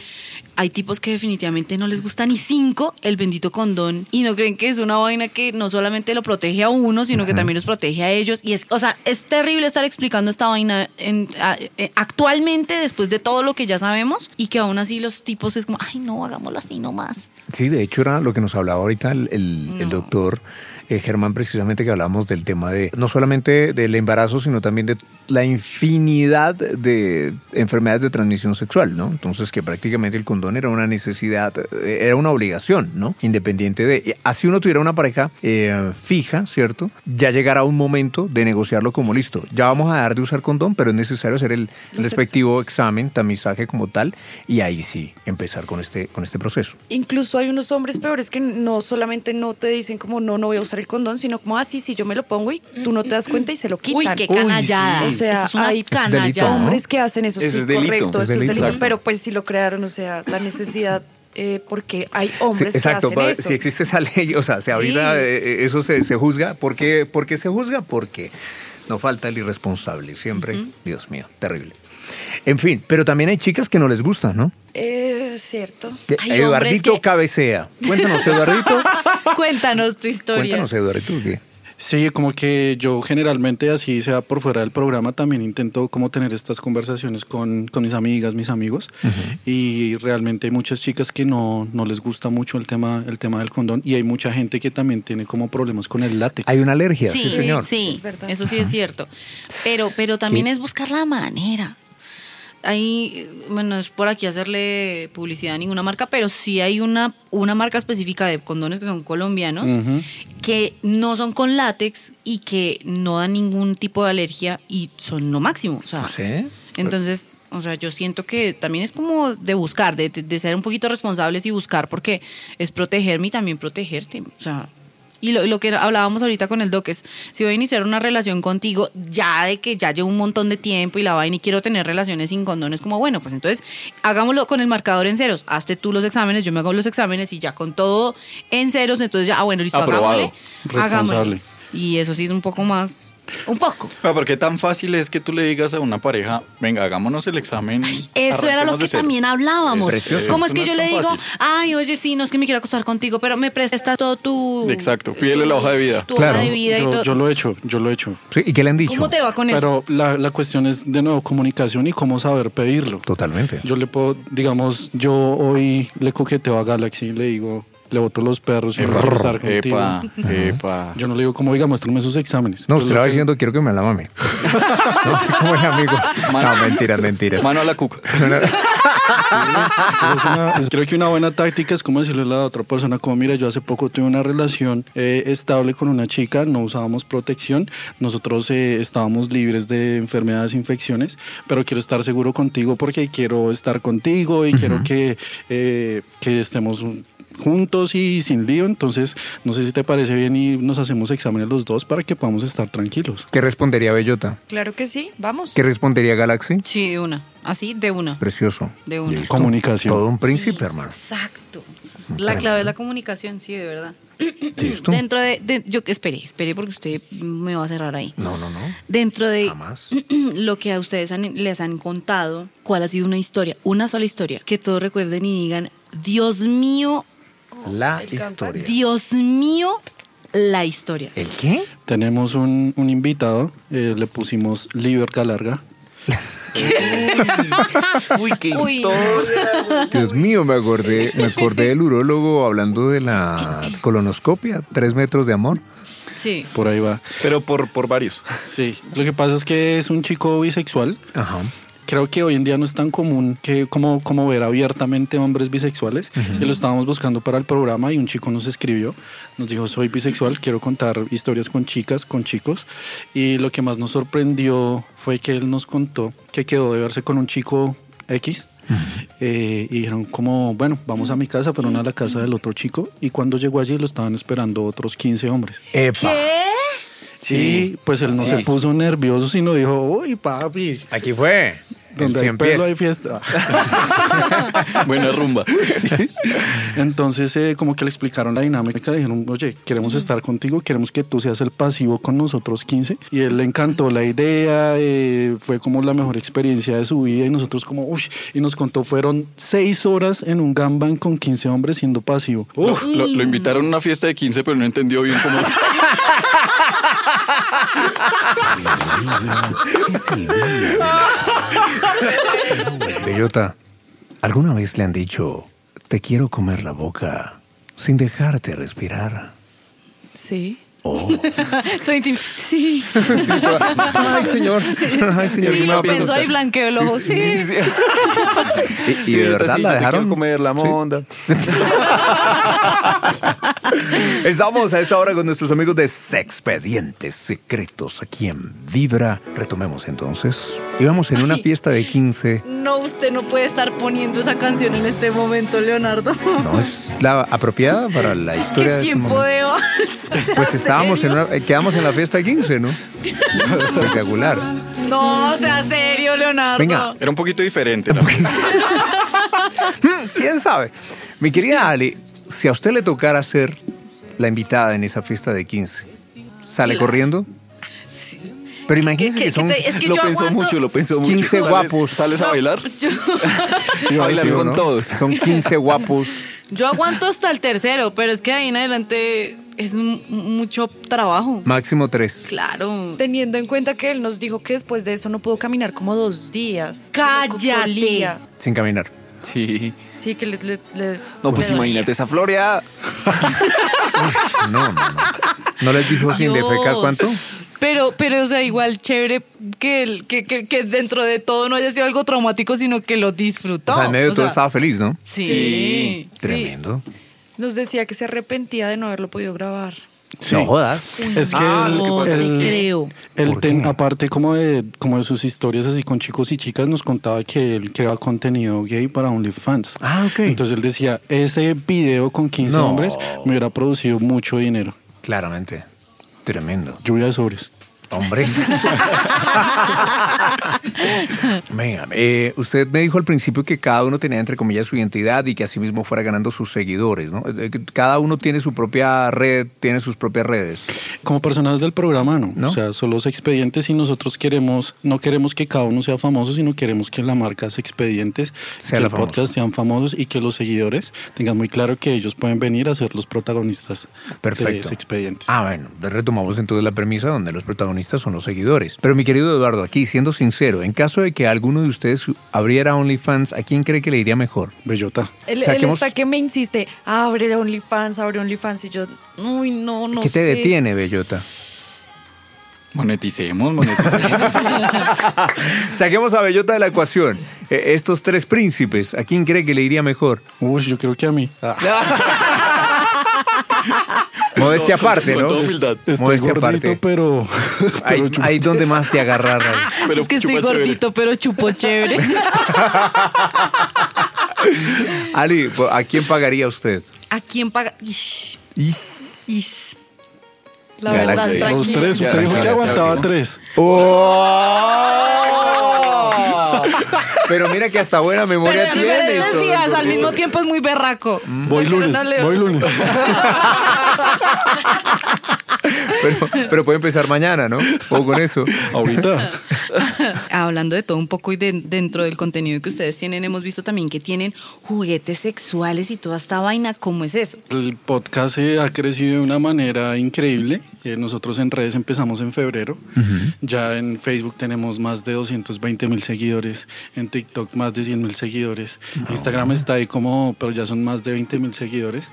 [SPEAKER 9] hay tipos que definitivamente no les gusta ni cinco el bendito condón y no creen que es una vaina que no solamente lo protege a uno, sino que también los protege a ellos. Y es, o sea, es terrible estar explicando esta vaina en- a- eh, actualmente después de todo lo que ya sabemos y que aún así los tipos es como, ay, no, hagámoslo así nomás.
[SPEAKER 1] Sí, de hecho era lo que nos hablaba ahorita el, el- el doctor eh, Germán, precisamente que hablábamos del tema de no solamente del embarazo, sino también de la infinidad de enfermedades de transmisión sexual, ¿no? Entonces que prácticamente el condón era una necesidad, eh, era una obligación, ¿no? Independiente de... eh, Así uno tuviera una pareja eh, fija, ¿cierto? Ya llegará un momento de negociarlo como listo. Ya vamos a dejar de usar condón, pero es necesario hacer el
[SPEAKER 3] Los
[SPEAKER 1] respectivo examen, tamizaje como tal, y ahí sí empezar con este, con este proceso.
[SPEAKER 3] Incluso hay unos hombres peores que no solamente no te dicen como no, no voy a usar el condón, sino como así, si yo me lo pongo y tú no te das cuenta y se lo quitan.
[SPEAKER 9] Uy, qué canallada.
[SPEAKER 3] O sea,
[SPEAKER 9] Eso es una
[SPEAKER 3] hay
[SPEAKER 9] canallada. Es delito, ¿no?
[SPEAKER 3] hombres que hacen eso,
[SPEAKER 9] Eso
[SPEAKER 3] sí,
[SPEAKER 9] es delito.
[SPEAKER 3] correcto,
[SPEAKER 1] Es
[SPEAKER 3] eso es
[SPEAKER 1] delito.
[SPEAKER 3] delito,
[SPEAKER 1] Exacto.
[SPEAKER 3] pero pues sí lo crearon, o sea, la necesidad, eh, porque hay hombres
[SPEAKER 1] Sí, exacto,
[SPEAKER 3] que hacen
[SPEAKER 1] va-
[SPEAKER 3] eso.
[SPEAKER 1] si existe esa ley, o sea, si ahorita eh, eh, eso se, se juzga, ¿por qué, por qué se juzga? Porque no falta el irresponsable, siempre, Dios mío, terrible. En fin, pero también hay chicas que no les gustan, ¿no?
[SPEAKER 3] Eh, cierto.
[SPEAKER 1] De- Eduardito cabecea. Cuéntanos, Eduardito.
[SPEAKER 9] Cuéntanos tu historia.
[SPEAKER 1] Cuéntanos, Eduardito, ¿qué?
[SPEAKER 4] Sí, como que yo generalmente, así sea por fuera del programa, también intento como tener estas conversaciones con, con mis amigas, mis amigos. Y realmente hay muchas chicas que no, no les gusta mucho el tema, el tema del condón. Y hay mucha gente que también tiene como problemas con el látex.
[SPEAKER 1] Hay una alergia,
[SPEAKER 9] Sí, sí, eso sí es cierto. Pero, pero también es buscar la manera. Hay, bueno, es por aquí hacerle publicidad a ninguna marca, pero sí hay una, una marca específica de condones que son colombianos,
[SPEAKER 16] Ujú.
[SPEAKER 9] que no son con látex y que no dan ningún tipo de alergia y son lo máximo. O sea,
[SPEAKER 1] ¿Ah, Sí.
[SPEAKER 9] entonces, o sea, yo siento que también es como de buscar, de, de- de ser un poquito responsables y buscar, porque es protegerme y también protegerte. O sea, y lo, lo que hablábamos ahorita con el doc es, si voy a iniciar una relación contigo, ya de que ya llevo un montón de tiempo y la vaina y quiero tener relaciones sin condones, como bueno, pues entonces hagámoslo con el marcador en ceros. Hazte tú los exámenes, yo me hago los exámenes y ya con todo en ceros, entonces ya, ah, bueno, listo,
[SPEAKER 4] Aprobado.
[SPEAKER 9] hagámosle. hagámosle.
[SPEAKER 4] Responsable.
[SPEAKER 9] Y eso sí es un poco más, un poco.
[SPEAKER 18] Ah, ¿Por qué tan fácil es que tú le digas a una pareja, venga, hagámonos el examen?
[SPEAKER 9] Eso era lo
[SPEAKER 18] arranquemos de
[SPEAKER 9] que
[SPEAKER 18] cero"?
[SPEAKER 9] también hablábamos.
[SPEAKER 18] Precioso.
[SPEAKER 9] ¿Cómo es
[SPEAKER 18] Eso
[SPEAKER 9] que
[SPEAKER 18] no
[SPEAKER 9] yo
[SPEAKER 18] es
[SPEAKER 9] le
[SPEAKER 18] tan
[SPEAKER 9] digo,
[SPEAKER 18] fácil.
[SPEAKER 9] ay, oye, sí, no es que me quiero acostar contigo, pero me prestas todo tu.
[SPEAKER 18] Exacto, pídele la hoja de vida.
[SPEAKER 9] Tu hoja Claro. de vida y
[SPEAKER 4] yo,
[SPEAKER 9] todo.
[SPEAKER 4] yo lo he hecho, yo lo he hecho.
[SPEAKER 1] ¿Y qué le han
[SPEAKER 9] dicho? ¿Cómo te va con eso?
[SPEAKER 4] Pero la, la cuestión es, de nuevo, comunicación y cómo saber pedirlo.
[SPEAKER 1] Totalmente.
[SPEAKER 4] Yo le puedo, digamos, yo hoy le coqueteo a Galaxy y le digo, le boto los perros y me voy a cruzar contigo.
[SPEAKER 18] epa, epa.
[SPEAKER 4] Yo no le digo como, oiga, muéstrame sus exámenes.
[SPEAKER 1] No,
[SPEAKER 4] Pues
[SPEAKER 1] usted
[SPEAKER 4] lo
[SPEAKER 1] le va
[SPEAKER 4] que-
[SPEAKER 1] diciendo, quiero que me la mame. no, así como el amigo. No, mentiras, mentiras.
[SPEAKER 18] Mano a la cuca.
[SPEAKER 4] Es una- es- creo que una buena táctica es como decirle a la otra persona, como mira, yo hace poco tuve una relación eh, estable con una chica, no usábamos protección, nosotros eh, estábamos libres de enfermedades, infecciones, pero quiero estar seguro contigo porque quiero estar contigo y quiero que, eh, que estemos juntos y sin lío, entonces no sé si te parece bien y nos hacemos exámenes los dos para que podamos estar tranquilos.
[SPEAKER 1] ¿Qué respondería Bellota?
[SPEAKER 3] Claro que sí, vamos.
[SPEAKER 1] ¿Qué respondería Galaxy?
[SPEAKER 2] Sí, de una. Así, de una.
[SPEAKER 1] Precioso.
[SPEAKER 2] De una.
[SPEAKER 1] Listo.
[SPEAKER 4] Comunicación.
[SPEAKER 1] Todo un príncipe, hermano.
[SPEAKER 2] Exacto. La clave es la comunicación, sí, de verdad.
[SPEAKER 1] Listo.
[SPEAKER 2] Dentro de, de- yo espere, espere porque usted me va a cerrar ahí.
[SPEAKER 1] No, no, no.
[SPEAKER 2] Dentro de
[SPEAKER 1] Jamás.
[SPEAKER 2] lo que a ustedes han- les han contado, ¿cuál ha sido una historia? Una sola historia que todos recuerden y digan, Dios mío,
[SPEAKER 1] La historia.
[SPEAKER 2] Dios mío, la historia.
[SPEAKER 1] ¿El qué?
[SPEAKER 4] Tenemos un, un invitado, eh, le pusimos Liberca Larga.
[SPEAKER 5] Uy, qué
[SPEAKER 2] Uy, no.
[SPEAKER 1] Dios mío, me acordé, me acordé del urólogo hablando de la colonoscopia, tres metros de amor.
[SPEAKER 2] Sí.
[SPEAKER 4] Por ahí va.
[SPEAKER 5] Pero por, por varios.
[SPEAKER 4] Sí, lo que pasa es que es un chico bisexual.
[SPEAKER 1] Ajá.
[SPEAKER 4] Creo que hoy en día no es tan común que como, como ver abiertamente hombres bisexuales.
[SPEAKER 1] Ujú.
[SPEAKER 4] Y lo estábamos buscando para el programa y un chico nos escribió, nos dijo, soy bisexual, quiero contar historias con chicas, con chicos. Y lo que más nos sorprendió fue que él nos contó que quedó de verse con un chico X. Eh, y dijeron como, bueno, vamos a mi casa, fueron a la casa del otro chico y cuando llegó allí lo estaban esperando otros 15 hombres.
[SPEAKER 2] ¿Qué?
[SPEAKER 4] Sí, pues él no
[SPEAKER 1] Sí.
[SPEAKER 4] se puso nervioso, sino dijo, uy, papi,
[SPEAKER 1] Aquí fue.
[SPEAKER 4] donde hay pelo hay fiesta.
[SPEAKER 18] Buena rumba.
[SPEAKER 4] Entonces, eh, como que le explicaron la dinámica, le dijeron, oye, queremos estar contigo, queremos que tú seas el pasivo con nosotros 15. Y él le encantó la idea, eh, fue como la mejor experiencia de su vida y nosotros como, uy, y nos contó, fueron seis horas en un gangbang con 15 hombres siendo pasivo.
[SPEAKER 18] Lo, lo-
[SPEAKER 2] Mm.
[SPEAKER 18] lo invitaron a una fiesta de 15, pero no entendió bien cómo.
[SPEAKER 1] Bellota, ¿alguna vez le han dicho, te quiero comer la boca sin dejarte respirar?
[SPEAKER 3] Sí.
[SPEAKER 1] Oh.
[SPEAKER 3] Estoy intim- Sí.
[SPEAKER 1] Ay, señor. Ay, señor,
[SPEAKER 3] Sí,
[SPEAKER 1] ¿qué me va
[SPEAKER 3] lo
[SPEAKER 1] a
[SPEAKER 3] pensó
[SPEAKER 1] preguntar?
[SPEAKER 3] ahí blanqueo el ojo. Sí.
[SPEAKER 1] Y, y de verdad la dejaron.
[SPEAKER 5] comer la monda.
[SPEAKER 1] Estamos a esta hora con nuestros amigos de Sexpedientes Secretos aquí en Vibra. Retomemos entonces. Íbamos en una fiesta de 15.
[SPEAKER 9] No, usted no puede estar poniendo esa canción en este momento, Leonardo.
[SPEAKER 1] No es la apropiada para la historia
[SPEAKER 9] ¿Qué
[SPEAKER 1] de este
[SPEAKER 9] tiempo
[SPEAKER 1] momento.
[SPEAKER 9] de vals? O sea,
[SPEAKER 1] Pues estábamos en
[SPEAKER 9] ¿serio?
[SPEAKER 1] una, eh, quedamos en la fiesta de 15, ¿no? Espectacular.
[SPEAKER 9] No, sea serio, Leonardo.
[SPEAKER 1] Venga.
[SPEAKER 18] Era un poquito diferente. la
[SPEAKER 1] Hmm, ¿Quién sabe? Mi querida Ale, si a usted le tocara ser la invitada en esa fiesta de 15, ¿sale corriendo? Pero imagínense
[SPEAKER 9] Que-
[SPEAKER 1] que,
[SPEAKER 9] que-
[SPEAKER 1] son...
[SPEAKER 9] que te- es que
[SPEAKER 5] lo
[SPEAKER 9] yo
[SPEAKER 5] pensó
[SPEAKER 9] aguanto-
[SPEAKER 5] mucho, lo pensó mucho.
[SPEAKER 1] 15
[SPEAKER 5] ¿Sales-
[SPEAKER 1] guapos.
[SPEAKER 5] ¿Sales a bailar?
[SPEAKER 9] Yo,
[SPEAKER 5] A bailar
[SPEAKER 1] Sí, ¿no?
[SPEAKER 5] con todos.
[SPEAKER 1] Son 15 guapos.
[SPEAKER 9] yo aguanto hasta el tercero, pero es que ahí en adelante es mu- mucho trabajo.
[SPEAKER 1] Máximo 3.
[SPEAKER 9] Claro.
[SPEAKER 3] Teniendo en cuenta que él nos dijo que después de eso no pudo caminar como dos días.
[SPEAKER 2] Cállale.
[SPEAKER 3] Por día.
[SPEAKER 1] Sin caminar.
[SPEAKER 5] Sí.
[SPEAKER 3] Sí, que le. le- le-
[SPEAKER 5] No, pues
[SPEAKER 3] le dolía.
[SPEAKER 5] imagínate esa floreada.
[SPEAKER 1] No, no, no. ¿No les dijo sin
[SPEAKER 9] Dios.
[SPEAKER 1] defecar cuánto?
[SPEAKER 9] Pero, pero, o sea, igual chévere que, el- que, que, que dentro de todo no haya sido algo traumático, sino que lo disfrutó.
[SPEAKER 1] o sea, en medio de
[SPEAKER 9] O
[SPEAKER 1] todo
[SPEAKER 9] sea,
[SPEAKER 1] estaba feliz, ¿no?
[SPEAKER 9] Sí.
[SPEAKER 1] Sí.
[SPEAKER 9] sí.
[SPEAKER 1] Tremendo.
[SPEAKER 3] Nos decía que se arrepentía de no haberlo podido grabar.
[SPEAKER 4] Sí.
[SPEAKER 1] No jodas.
[SPEAKER 4] Es que
[SPEAKER 5] Ah,
[SPEAKER 4] él-
[SPEAKER 5] lo que pasa es
[SPEAKER 4] él-
[SPEAKER 5] que-
[SPEAKER 2] Creo.
[SPEAKER 4] Él
[SPEAKER 1] ¿Por
[SPEAKER 4] ten-
[SPEAKER 1] qué?
[SPEAKER 4] aparte como de, como de sus historias así con chicos y chicas, nos contaba que él creaba contenido gay para OnlyFans.
[SPEAKER 1] Ah, ok.
[SPEAKER 4] Entonces él decía, ese video con 15
[SPEAKER 1] No.
[SPEAKER 4] hombres me hubiera producido mucho dinero.
[SPEAKER 1] Claramente. Tremendo.
[SPEAKER 4] Lluvia de sobres.
[SPEAKER 1] Hombre. Venga, eh, usted me dijo al principio que cada uno tenía entre comillas su identidad y que asimismo fuera ganando sus seguidores, ¿no? Eh, que Cada uno tiene su propia red, tiene sus propias redes.
[SPEAKER 4] Como personas del programa, ¿no?
[SPEAKER 1] ¿No?
[SPEAKER 4] O sea, son los expedientes y nosotros queremos, no queremos que cada uno sea famoso, sino queremos que la marca es expedientes,
[SPEAKER 1] Sea
[SPEAKER 4] que
[SPEAKER 1] la
[SPEAKER 4] el podcast
[SPEAKER 1] famosa.
[SPEAKER 4] sean famosos y que los seguidores tengan muy claro que ellos pueden venir a ser los protagonistas
[SPEAKER 1] Perfecto.
[SPEAKER 4] de ese expediente.
[SPEAKER 1] Ah, bueno, retomamos entonces la premisa donde los protagonistas son los seguidores. Pero mi querido Eduardo, aquí siendo sincero, en caso de que alguno de ustedes abriera OnlyFans, ¿a quién cree que le iría mejor?
[SPEAKER 4] Bellota.
[SPEAKER 3] Él, él está que me insiste, abre OnlyFans, abre OnlyFans. Y yo, uy, no, no
[SPEAKER 1] ¿Qué te
[SPEAKER 3] sé.
[SPEAKER 1] detiene, Bellota?
[SPEAKER 18] Moneticemos, moneticemos.
[SPEAKER 1] Saquemos a Bellota de la ecuación. Eh, estos tres príncipes, ¿a quién cree que le iría mejor?
[SPEAKER 4] Uy, yo creo que a mí. Ah.
[SPEAKER 1] Modestia aparte,
[SPEAKER 18] con
[SPEAKER 1] ¿no?
[SPEAKER 18] toda humildad.
[SPEAKER 4] Estoy
[SPEAKER 1] Modestia
[SPEAKER 4] gordito,
[SPEAKER 1] aparte.
[SPEAKER 4] pero...
[SPEAKER 1] Hay, hay donde más te agarrar. ahí.
[SPEAKER 2] es que estoy gordito, pero chupo chévere.
[SPEAKER 1] Ali, ¿a quién pagaría usted?
[SPEAKER 2] ¿A quién paga? Ish,
[SPEAKER 1] Is.
[SPEAKER 2] ish.
[SPEAKER 3] La
[SPEAKER 1] Galaxy.
[SPEAKER 3] verdad,
[SPEAKER 4] Los
[SPEAKER 3] tranquilo.
[SPEAKER 4] tres, usted dijo que aguantaba tres.
[SPEAKER 1] ¡Oh! Pero mira que hasta buena memoria tiene.
[SPEAKER 2] Diferentes días, al mismo tiempo es muy berraco.
[SPEAKER 4] Voy lunes,
[SPEAKER 2] Dale.
[SPEAKER 4] voy lunes.
[SPEAKER 1] Pero, pero puede empezar mañana, ¿no? O con eso.
[SPEAKER 4] Ahorita.
[SPEAKER 2] Hablando de todo un poco y de- dentro del contenido que ustedes tienen, hemos visto también que tienen juguetes sexuales y toda esta vaina. ¿Cómo es eso?
[SPEAKER 4] El podcast eh, ha crecido de una manera increíble. Eh, nosotros en redes empezamos en febrero. Ya en Facebook tenemos más de 220 mil seguidores. En TikTok más de 100 mil seguidores. Instagram está ahí como, pero ya son más de 20 mil seguidores.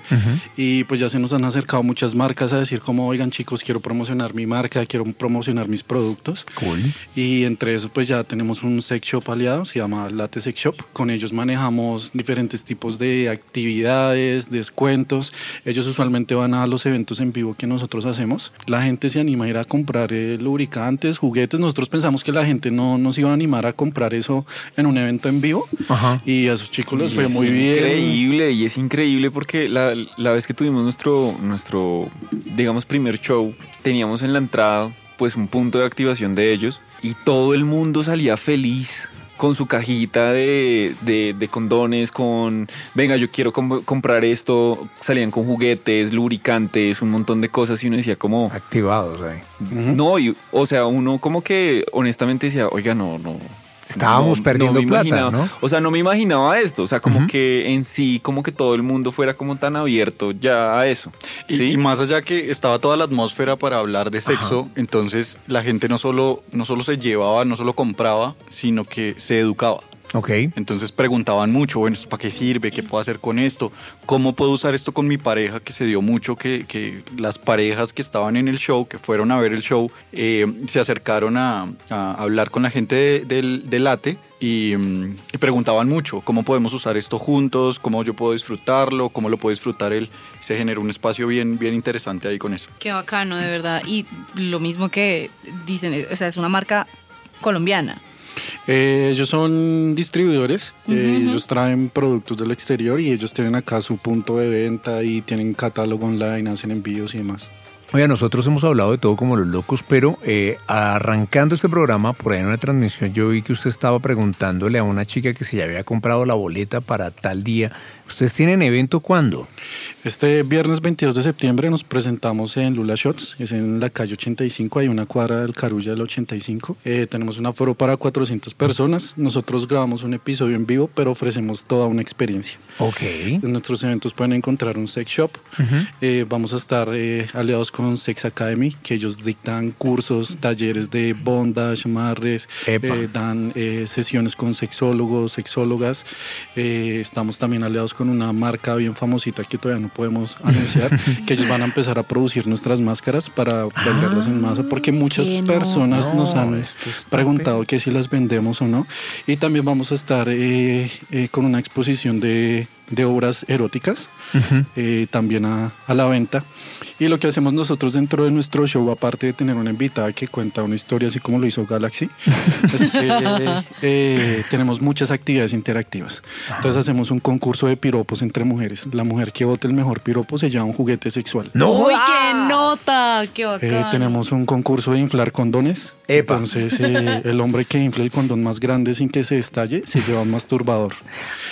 [SPEAKER 4] Y pues ya se nos han acercado muchas marcas a decir como, oigan chicos, quiero promocionar mi marca, quiero promocionar mis productos. Y entre esos pues ya tenemos un sex shop aliado, se llama Late Sex Shop. Con ellos manejamos diferentes tipos de actividades, descuentos. Ellos usualmente van a los eventos en vivo que nosotros hacemos. La gente se anima a ir a comprar eh, lubricantes, juguetes. Nosotros pensamos que la gente no nos iba a animar a comprar eso en un evento en vivo. Y a sus chicos les
[SPEAKER 5] Y
[SPEAKER 4] fue
[SPEAKER 5] es
[SPEAKER 4] muy bien.
[SPEAKER 5] Increíble, y es increíble porque la, la vez que tuvimos nuestro, nuestro, digamos, primer show, teníamos en la entrada pues un punto de activación de ellos y todo el mundo salía feliz con su cajita de, de- de condones, con, venga, yo quiero com- comprar esto, salían con juguetes, lubricantes, un montón de cosas y uno decía como...
[SPEAKER 1] Activados ahí.
[SPEAKER 5] No, y, o sea, uno como que honestamente decía, oiga, no, no.
[SPEAKER 1] Estábamos perdiendo
[SPEAKER 5] me
[SPEAKER 1] plata,
[SPEAKER 5] imaginaba-
[SPEAKER 1] ¿no?
[SPEAKER 5] O sea, no me imaginaba esto. O sea, como que en sí, como que todo el mundo fuera como tan abierto ya a eso.
[SPEAKER 18] Y, y más allá que estaba toda la atmósfera para hablar de sexo, entonces la gente no solo, no solo se llevaba, no solo compraba, sino que se educaba.
[SPEAKER 1] Ok.
[SPEAKER 18] Entonces preguntaban mucho, bueno, ¿esto ¿para qué sirve? ¿Qué puedo hacer con esto? ¿Cómo puedo usar esto con mi pareja? Que se dio mucho que, que las parejas que estaban en el show, que fueron a ver el show, eh, se acercaron a, a hablar con la gente de- del del late. Y, mm, y preguntaban mucho cómo podemos usar esto juntos, cómo yo puedo disfrutarlo, cómo lo puede disfrutar él. Se generó un espacio bien, bien interesante ahí con eso.
[SPEAKER 2] Qué bacano, de verdad. Y lo mismo que dicen, o sea, es una marca colombiana.
[SPEAKER 4] Eh, ellos son distribuidores, eh,
[SPEAKER 2] Ujú, ujú.
[SPEAKER 4] ellos traen productos del exterior y ellos tienen acá su punto de venta y tienen catálogo online, hacen envíos y demás.
[SPEAKER 1] Oye, nosotros hemos hablado de todo como los locos, pero eh, arrancando este programa, por ahí en una transmisión, yo vi que usted estaba preguntándole a una chica que si ya había comprado la boleta para tal día. ¿Ustedes tienen evento cuándo?
[SPEAKER 4] Este viernes 22 de septiembre nos presentamos en Lula Shots, es en la calle 85, hay una cuadra del Carulla del 85. Eh, tenemos un aforo para 400 personas, nosotros grabamos un episodio en vivo, pero ofrecemos toda una experiencia.
[SPEAKER 1] Ok.
[SPEAKER 4] En nuestros eventos pueden encontrar un sex shop. Eh, vamos a estar eh, aliados con Sex Academy, que ellos dictan cursos, talleres de bondage, amarres,
[SPEAKER 1] Epa.
[SPEAKER 4] eh, dan eh, sesiones con sexólogos, sexólogas. Eh, estamos también aliados con una marca bien famosita que todavía no podemos anunciar, que ellos van a empezar a producir nuestras máscaras para venderlas en masa, porque muchas
[SPEAKER 2] qué no.
[SPEAKER 4] personas nos
[SPEAKER 1] Ah, No,
[SPEAKER 4] han
[SPEAKER 1] esto está
[SPEAKER 4] preguntado que si las vendemos o no. Y también vamos a estar eh, eh, con una exposición de, de obras eróticas eh, también a, a la venta. Y lo que hacemos nosotros dentro de nuestro show, aparte de tener una invitada que cuenta una historia así como lo hizo Galaxy, es que, eh, eh, tenemos muchas actividades interactivas. Entonces hacemos un concurso de piropos entre mujeres. La mujer que vote el mejor piropo se lleva un juguete sexual.
[SPEAKER 2] ¡Uy, qué nota! ¡Qué bacano!
[SPEAKER 4] Eh, tenemos un concurso de inflar condones.
[SPEAKER 1] Epa.
[SPEAKER 4] Entonces, eh, el hombre que infla el condón más grande sin que se estalle se lleva un masturbador.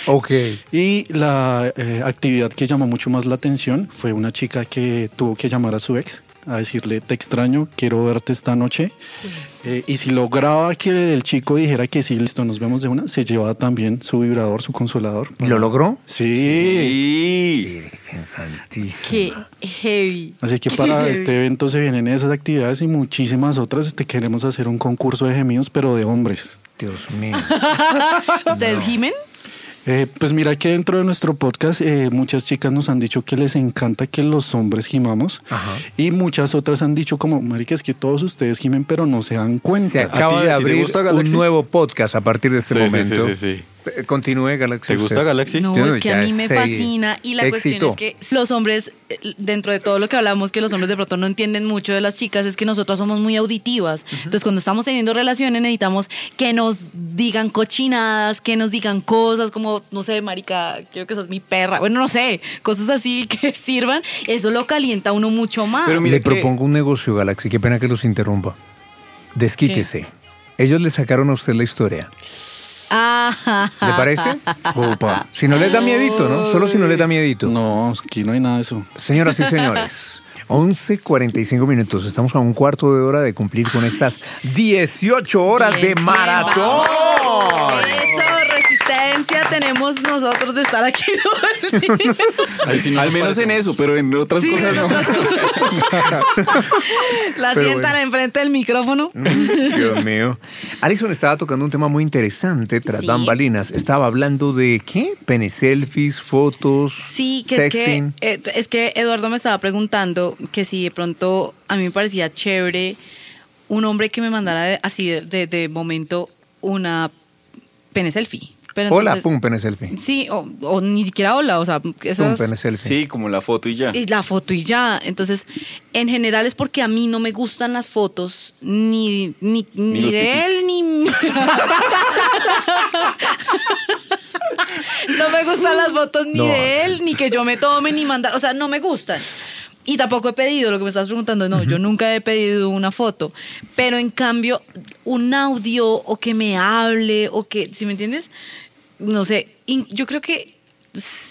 [SPEAKER 1] Ok.
[SPEAKER 4] Y la eh, actividad que llamó mucho más la atención fue una chica que tuvo que llamar a su ex a decirle, te extraño, quiero verte esta noche. Eh, y si lograba que el chico dijera que sí, listo, nos vemos de una, se llevaba también su vibrador, su consolador.
[SPEAKER 1] ¿Lo logró?
[SPEAKER 4] Sí.
[SPEAKER 1] Virgen Santísima.
[SPEAKER 9] Qué heavy.
[SPEAKER 4] Así que
[SPEAKER 9] Qué
[SPEAKER 4] para
[SPEAKER 9] heavy.
[SPEAKER 4] este evento se vienen esas actividades y muchísimas otras. Te queremos hacer un concurso de gemidos, pero de hombres.
[SPEAKER 1] Dios mío.
[SPEAKER 9] ¿Ustedes gimen?
[SPEAKER 4] Eh, pues mira que dentro de nuestro podcast eh, muchas chicas nos han dicho que les encanta que los hombres gimamos y muchas otras han dicho como, marica, es que todos ustedes gimen pero no se dan cuenta.
[SPEAKER 1] Se
[SPEAKER 4] ¿A ti-
[SPEAKER 1] acaba de
[SPEAKER 4] a ti te
[SPEAKER 1] abrir
[SPEAKER 4] gusta
[SPEAKER 1] un
[SPEAKER 4] Galaxy?
[SPEAKER 1] nuevo podcast a partir de este
[SPEAKER 4] Sí, sí,
[SPEAKER 1] momento.
[SPEAKER 4] sí,
[SPEAKER 17] sí,
[SPEAKER 1] Eh, Continúe, Galaxy.
[SPEAKER 17] ¿Te gusta Galaxy?
[SPEAKER 9] No, es que a mí me fascina y la cuestión es que los hombres, eh, dentro de todo lo que hablamos, que los hombres de pronto no entienden mucho de las chicas, es que nosotras somos muy auditivas. Entonces, cuando estamos teniendo relaciones, necesitamos que nos digan cochinadas, que nos digan cosas como, no sé, marica, quiero que seas mi perra. Bueno, no sé, cosas así que sirvan. Eso lo calienta a uno mucho más.
[SPEAKER 1] Le propongo un negocio, Galaxy. Qué pena que los interrumpa. Desquítese. Ellos le sacaron a usted la historia. ¿Le parece? Si no les da miedito, ¿no? Solo si no les da miedito.
[SPEAKER 4] No, aquí no hay nada de eso.
[SPEAKER 1] Señoras y señores, 11.45 minutos. Estamos a un cuarto de hora de cumplir con estas 18 horas de maratón.
[SPEAKER 9] Eso, resistencia tenemos nosotros de estar aquí todo el día.
[SPEAKER 5] Al menos en eso, pero en otras
[SPEAKER 9] Sí,
[SPEAKER 5] cosas
[SPEAKER 9] en
[SPEAKER 5] no.
[SPEAKER 9] otras La
[SPEAKER 1] Pero
[SPEAKER 9] sientan enfrente del micrófono.
[SPEAKER 1] Mm, Dios mío. Alison estaba tocando un tema muy interesante tras bambalinas. Estaba hablando de qué? Pene selfies, fotos,
[SPEAKER 9] Sí, que es que,
[SPEAKER 1] sexting.
[SPEAKER 9] eh, es que Eduardo me estaba preguntando que si de pronto a mí me parecía chévere un hombre que me mandara de- así de, de- de momento una pene selfie. Pero
[SPEAKER 1] Hola,
[SPEAKER 9] entonces-
[SPEAKER 1] pum, pene selfie.
[SPEAKER 9] Sí, o, o ni siquiera hola, o sea, eso
[SPEAKER 1] Pum,
[SPEAKER 9] es-
[SPEAKER 1] pene selfie.
[SPEAKER 5] Sí, como la foto y ya.
[SPEAKER 9] Y la foto y ya. Entonces, en general es porque a mí no me gustan las fotos ni, ni, ni
[SPEAKER 5] los
[SPEAKER 9] de
[SPEAKER 5] pipis.
[SPEAKER 9] él ni... no me gustan las fotos ni
[SPEAKER 16] No.
[SPEAKER 9] de él, ni que yo me tome, ni mandar. O sea, no me gustan. Y tampoco he pedido, lo que me estás preguntando, no, yo nunca he pedido una foto. Pero en cambio, un audio o que me hable o que, si me entiendes? No sé, in- yo creo que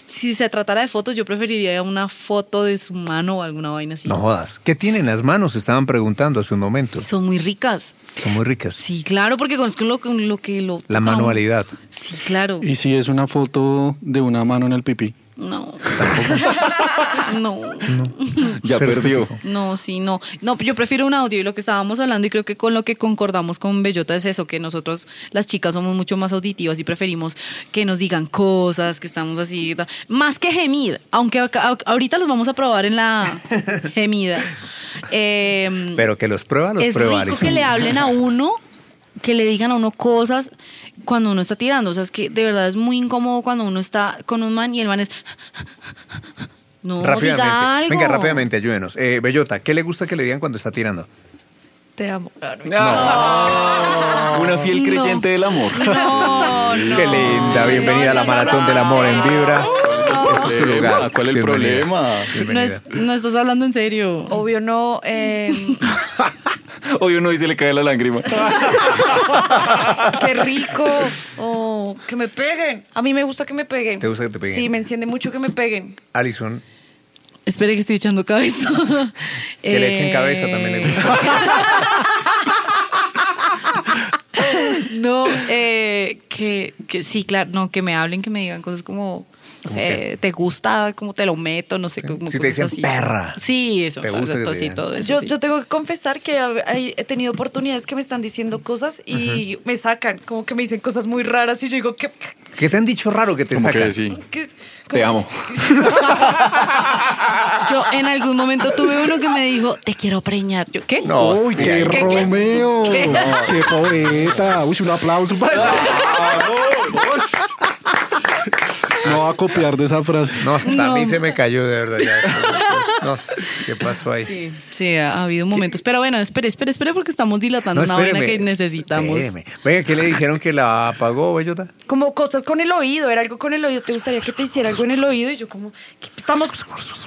[SPEAKER 9] si se tratara de fotos, yo preferiría una foto de su mano o alguna vaina así.
[SPEAKER 1] No jodas. ¿Qué tienen las manos? Estaban preguntando hace un momento.
[SPEAKER 9] Son muy ricas.
[SPEAKER 1] Son muy ricas.
[SPEAKER 9] Sí, claro, porque conozco lo, que- lo que lo...
[SPEAKER 1] La manualidad.
[SPEAKER 9] Sí, claro.
[SPEAKER 4] Y si es una foto de una mano en el pipí.
[SPEAKER 9] No. no.
[SPEAKER 4] Ya perdió.
[SPEAKER 9] No, sí, no. No, yo prefiero un audio y lo que estábamos hablando y creo que con lo que concordamos con Bellota es eso, que nosotros las chicas somos mucho más auditivas y preferimos que nos digan cosas, que estamos así, ta- más que gemir, aunque acá- ahorita los vamos a probar en la gemida. Eh,
[SPEAKER 1] Pero que los prueba, los
[SPEAKER 9] es
[SPEAKER 1] prueba.
[SPEAKER 9] rico
[SPEAKER 1] Alison.
[SPEAKER 9] que le hablen a uno, que le digan a uno cosas cuando uno está tirando. O sea, es que de verdad es muy incómodo cuando uno está con un man y el man es... No,
[SPEAKER 1] Rápidamente.
[SPEAKER 9] diga algo.
[SPEAKER 1] Venga, rápidamente, ayúdenos. Eh, Bellota, ¿qué le gusta que le digan cuando está tirando?
[SPEAKER 3] Te amo.
[SPEAKER 5] Una fiel creyente del amor.
[SPEAKER 9] Oh, No, Oh,
[SPEAKER 1] Qué linda, bienvenida a la maratón del amor en Vibra. Este es tu lugar.
[SPEAKER 18] ¿Cuál es el problema?
[SPEAKER 9] No, es- no estás hablando en serio.
[SPEAKER 3] Obvio no. eh,
[SPEAKER 5] Hoy uno dice le cae la lágrima.
[SPEAKER 3] qué rico. Oh, que me peguen. A mí me gusta que me peguen.
[SPEAKER 1] ¿Te gusta que te peguen?
[SPEAKER 3] Sí, me enciende mucho que me peguen.
[SPEAKER 1] Alison,
[SPEAKER 9] Espere que estoy echando cabeza.
[SPEAKER 1] que le echen cabeza también
[SPEAKER 9] Eh.
[SPEAKER 1] le gusta.
[SPEAKER 9] No, eh, que, que sí, claro, no, que me hablen, que me digan cosas como, no
[SPEAKER 1] ¿Cómo
[SPEAKER 9] sé, ¿te gusta cómo te lo meto? No sé, como
[SPEAKER 1] Si te
[SPEAKER 9] cosas
[SPEAKER 1] dicen
[SPEAKER 9] así.
[SPEAKER 1] perra,
[SPEAKER 9] Sí, eso.
[SPEAKER 1] ¿te
[SPEAKER 9] o sea,
[SPEAKER 1] gusta que
[SPEAKER 9] todo,
[SPEAKER 1] te
[SPEAKER 9] sí,
[SPEAKER 1] digan?
[SPEAKER 9] todo eso,
[SPEAKER 3] Yo,
[SPEAKER 9] sí.
[SPEAKER 3] yo tengo que confesar que hab- hay- he tenido oportunidades que me están diciendo cosas y me sacan, como que me dicen cosas muy raras y yo digo, ¿qué?
[SPEAKER 1] ¿Qué te han dicho raro que te
[SPEAKER 18] Como
[SPEAKER 1] saca?
[SPEAKER 18] que sí.
[SPEAKER 3] qué-
[SPEAKER 5] Te amo.
[SPEAKER 9] Yo en algún momento tuve uno que me dijo, te quiero preñar. Yo, ¿qué?
[SPEAKER 4] No, Uy, sí. qué Romeo.
[SPEAKER 9] ¿Qué?
[SPEAKER 4] Qué poeta. Uy, un aplauso para No va a copiar de esa frase.
[SPEAKER 1] No, hasta
[SPEAKER 9] No.
[SPEAKER 1] a mí se me cayó de verdad. ya. No, ¿qué pasó ahí?
[SPEAKER 9] Sí, sí, ha habido momentos. Pero bueno, espere, espere, espere, porque estamos dilatando
[SPEAKER 1] No,
[SPEAKER 9] una vaina
[SPEAKER 1] espéreme.
[SPEAKER 9] que necesitamos.
[SPEAKER 1] Espéreme. Venga, ¿qué le dijeron que la apagó, Bellota?
[SPEAKER 3] Como cosas con el oído, era algo con el oído, te gustaría que te hiciera algo en el oído y yo como, ¿qué- estamos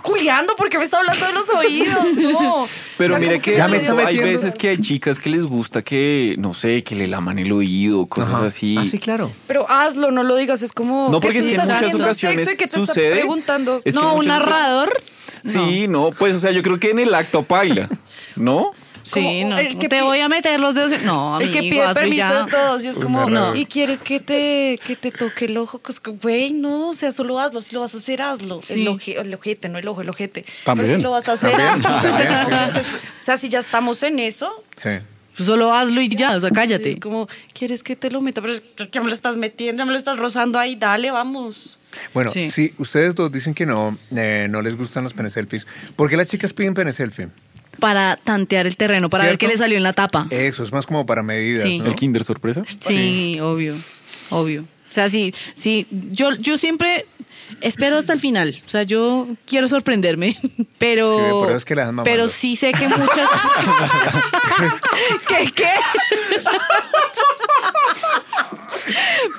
[SPEAKER 3] culiando porque me está hablando de los oídos. No.
[SPEAKER 5] Pero
[SPEAKER 3] O sea,
[SPEAKER 5] mire
[SPEAKER 3] como
[SPEAKER 5] que
[SPEAKER 3] no
[SPEAKER 5] hay
[SPEAKER 3] digo-
[SPEAKER 5] veces que hay chicas que les gusta que, no sé, que le laman el oído, cosas así.
[SPEAKER 1] Ah, sí, claro.
[SPEAKER 3] Pero hazlo, no lo digas, es como
[SPEAKER 5] No, porque
[SPEAKER 3] sí
[SPEAKER 5] es que en
[SPEAKER 3] estás
[SPEAKER 5] muchas
[SPEAKER 3] teniendo
[SPEAKER 5] ocasiones
[SPEAKER 3] sexo y que te estás
[SPEAKER 5] sucede-
[SPEAKER 3] preguntando.
[SPEAKER 5] es que
[SPEAKER 9] no,
[SPEAKER 5] muchas veces-
[SPEAKER 9] un narrador
[SPEAKER 5] Sí, no, pues, o sea, yo creo que en el acto paila, ¿no?
[SPEAKER 9] Sí, no,
[SPEAKER 3] el que
[SPEAKER 9] te
[SPEAKER 3] pi-
[SPEAKER 9] voy a meter los dedos. en- No,
[SPEAKER 3] El que
[SPEAKER 9] amigo,
[SPEAKER 3] pide
[SPEAKER 9] hazlo y
[SPEAKER 3] permiso
[SPEAKER 9] ya.
[SPEAKER 3] de todos. Y es
[SPEAKER 9] Uy,
[SPEAKER 3] como,
[SPEAKER 9] me arrego.
[SPEAKER 3] ¿y quieres que te, que te toque el ojo? Pues, güey, no, o sea, solo hazlo. Si lo vas a hacer, hazlo.
[SPEAKER 9] Sí.
[SPEAKER 3] El, oje- el ojete, no el ojo, el ojete.
[SPEAKER 9] También.
[SPEAKER 3] Pero si lo vas a hacer,
[SPEAKER 9] También,
[SPEAKER 3] hazlo.
[SPEAKER 9] también,
[SPEAKER 3] o sea, si ya estamos en eso,
[SPEAKER 9] Tú solo hazlo y ya, o sea, cállate.
[SPEAKER 3] es como, ¿quieres que te lo meta? Pero ya me lo estás metiendo, ya me lo estás rozando ahí, dale, vamos.
[SPEAKER 1] Bueno,
[SPEAKER 3] Sí.
[SPEAKER 1] si ustedes dos dicen que no, eh, no les gustan los pene selfies, ¿por qué las chicas piden pene selfie?
[SPEAKER 9] Para tantear el terreno, para ver
[SPEAKER 1] ¿Cierto?
[SPEAKER 9] qué le salió en la tapa.
[SPEAKER 1] Eso, es más como para medidas,
[SPEAKER 9] Sí.
[SPEAKER 1] ¿no?
[SPEAKER 9] ¿El
[SPEAKER 5] Kinder sorpresa?
[SPEAKER 9] Sí, obvio, obvio. O sea, sí, sí, yo, yo siempre espero hasta el final. O sea, yo quiero sorprenderme, pero...
[SPEAKER 1] Sí, por eso es que la dejan mamando.
[SPEAKER 9] pero sí sé que muchas... ¿Qué, qué?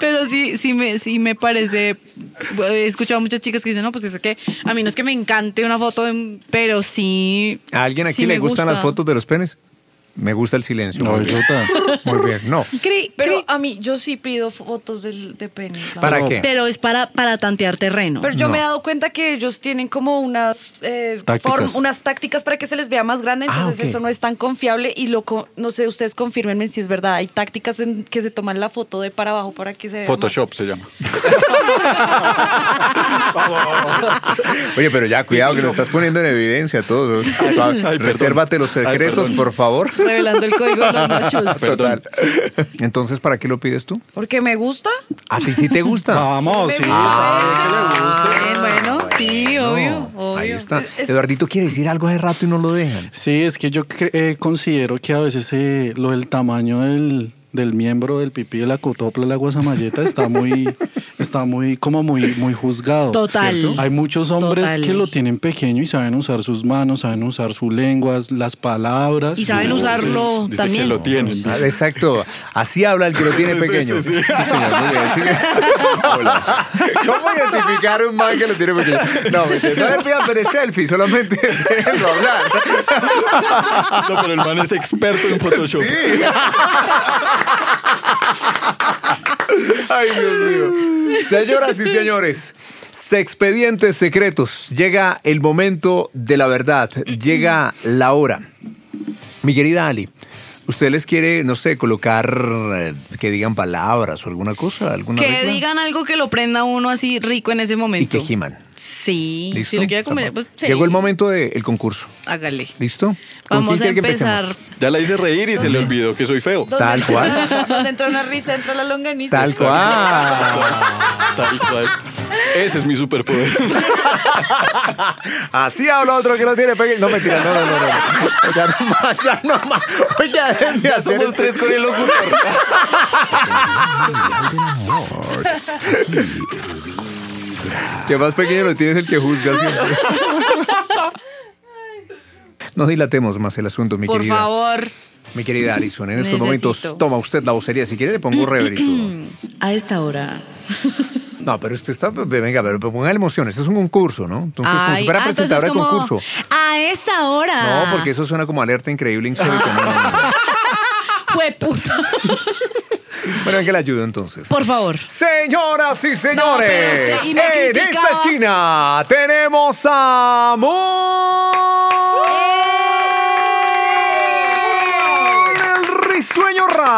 [SPEAKER 9] Pero sí, sí me, sí me parece. He escuchado a muchas chicas que dicen, no, pues es que a mí no es que me encante una foto, de un- pero sí.
[SPEAKER 1] ¿A alguien aquí
[SPEAKER 9] sí
[SPEAKER 1] le
[SPEAKER 9] me
[SPEAKER 1] gustan
[SPEAKER 9] gusta.
[SPEAKER 1] las fotos de los penes? Me gusta el silencio.
[SPEAKER 18] No,
[SPEAKER 1] muy, bien. Muy bien, no.
[SPEAKER 3] pero a mí, yo sí pido fotos del- de pene. la
[SPEAKER 1] ¿Para
[SPEAKER 3] verdad.
[SPEAKER 1] qué?
[SPEAKER 9] Pero es para, para tantear terreno.
[SPEAKER 3] Pero yo
[SPEAKER 1] No.
[SPEAKER 3] me he dado cuenta que ellos tienen como unas eh,
[SPEAKER 1] Tácticas.
[SPEAKER 3] form- unas tácticas para que se les vea más grande,
[SPEAKER 1] Ah,
[SPEAKER 3] entonces
[SPEAKER 1] ok.
[SPEAKER 3] eso no es tan confiable y lo co- no sé, ustedes confirmenme si es verdad, hay tácticas en que se toman la foto de para abajo para que se vea
[SPEAKER 18] Photoshop se llama.
[SPEAKER 1] Oye, pero ya, cuidado, que lo estás poniendo en evidencia todo. Resérvate los secretos, por favor.
[SPEAKER 3] Revelando el código de los machos.
[SPEAKER 1] Total. Entonces, ¿para qué lo pides tú?
[SPEAKER 3] más. porque me gusta.
[SPEAKER 1] ¿A ti sí Ah, te gusta?
[SPEAKER 4] Vamos,
[SPEAKER 3] Me sí. gusta
[SPEAKER 9] Eh, bueno, sí, obvio,
[SPEAKER 1] Ahí
[SPEAKER 9] obvio.
[SPEAKER 1] está. Eduardito quiere decir algo hace rato y no lo dejan.
[SPEAKER 4] Sí, es que yo cre- eh, considero que a veces eh, lo del tamaño del, del miembro, del pipí, de la cotopla, de la guasamalleta está muy, está muy, como muy, muy juzgado.
[SPEAKER 9] Total.
[SPEAKER 4] ¿cierto? Hay muchos hombres
[SPEAKER 9] Total.
[SPEAKER 4] que lo tienen pequeño y saben usar sus manos, saben usar sus lenguas, las palabras.
[SPEAKER 9] Y saben usarlo Dice que también. lo
[SPEAKER 1] tienen. Ah, Exacto. Así habla el que lo tiene pequeño. Sí, señor, muy bien. Sí. Hola. ¿Cómo identificar un man que lo tiene pequeño? No, mentira, no le pidan pere selfie, solamente déjenlo hablar.
[SPEAKER 18] No, pero el man es experto en Photoshop.
[SPEAKER 1] Ay, Dios mío. Señoras y señores, expedientes secretos. Llega el momento de la verdad. Llega la hora. Mi querida Ali, ¿usted les quiere, no sé, colocar eh, que digan palabras o alguna cosa? ¿Alguna
[SPEAKER 9] Que
[SPEAKER 1] regla?
[SPEAKER 9] digan algo que lo prenda uno así rico en ese
[SPEAKER 1] Y
[SPEAKER 9] momento.
[SPEAKER 1] que giman.
[SPEAKER 9] Sí,
[SPEAKER 1] ¿Listo?
[SPEAKER 9] si lo quiere comer,
[SPEAKER 1] Tampoco.
[SPEAKER 9] pues sí.
[SPEAKER 1] Llegó el momento del concurso.
[SPEAKER 9] Hágale.
[SPEAKER 1] ¿Listo? ¿Con
[SPEAKER 9] Vamos a
[SPEAKER 1] quién quiere que
[SPEAKER 9] empezar.
[SPEAKER 1] empecemos?
[SPEAKER 18] Ya la hice reír y se le olvidó que soy feo.
[SPEAKER 3] ¿Dónde
[SPEAKER 1] Tal
[SPEAKER 3] entra-
[SPEAKER 1] cual.
[SPEAKER 3] Donde entra una risa, entra la longaniza.
[SPEAKER 1] Tal cual.
[SPEAKER 18] Tal cual. Ese es mi superpoder.
[SPEAKER 1] Así habla otro que no tiene pequeño. No, mentira, no, no, no. no. Ya no más, ya no más. Oye, déjenme
[SPEAKER 5] Ya
[SPEAKER 1] hacer
[SPEAKER 5] somos
[SPEAKER 1] este-
[SPEAKER 5] tres con el locutor.
[SPEAKER 1] Que más pequeño lo tienes el que juzga siempre. No dilatemos más el asunto, mi
[SPEAKER 9] Por
[SPEAKER 1] querida.
[SPEAKER 9] favor.
[SPEAKER 1] Mi querida Alison, en estos
[SPEAKER 9] Necesito.
[SPEAKER 1] momentos toma usted la vocería. Si quiere, le pongo rever y todo.
[SPEAKER 9] A esta hora.
[SPEAKER 1] No, pero usted está. pues, Venga, pero ponga emociones. Es un concurso, ¿no? Entonces, como
[SPEAKER 9] Ay,
[SPEAKER 1] si fuera
[SPEAKER 9] ah, entonces
[SPEAKER 1] presentadora de
[SPEAKER 9] como,
[SPEAKER 1] concurso.
[SPEAKER 9] A esta hora.
[SPEAKER 1] No, porque eso suena como alerta increíble, insólito. No, no, no.
[SPEAKER 9] Jueputa.
[SPEAKER 1] Bueno, que la ayudo entonces.
[SPEAKER 9] Por favor.
[SPEAKER 1] Señoras y señores,
[SPEAKER 9] No, pero usted- y me
[SPEAKER 1] en
[SPEAKER 9] criticaba.
[SPEAKER 1] esta esquina tenemos a
[SPEAKER 9] ¡Eh!
[SPEAKER 1] Mon el risueño Ra.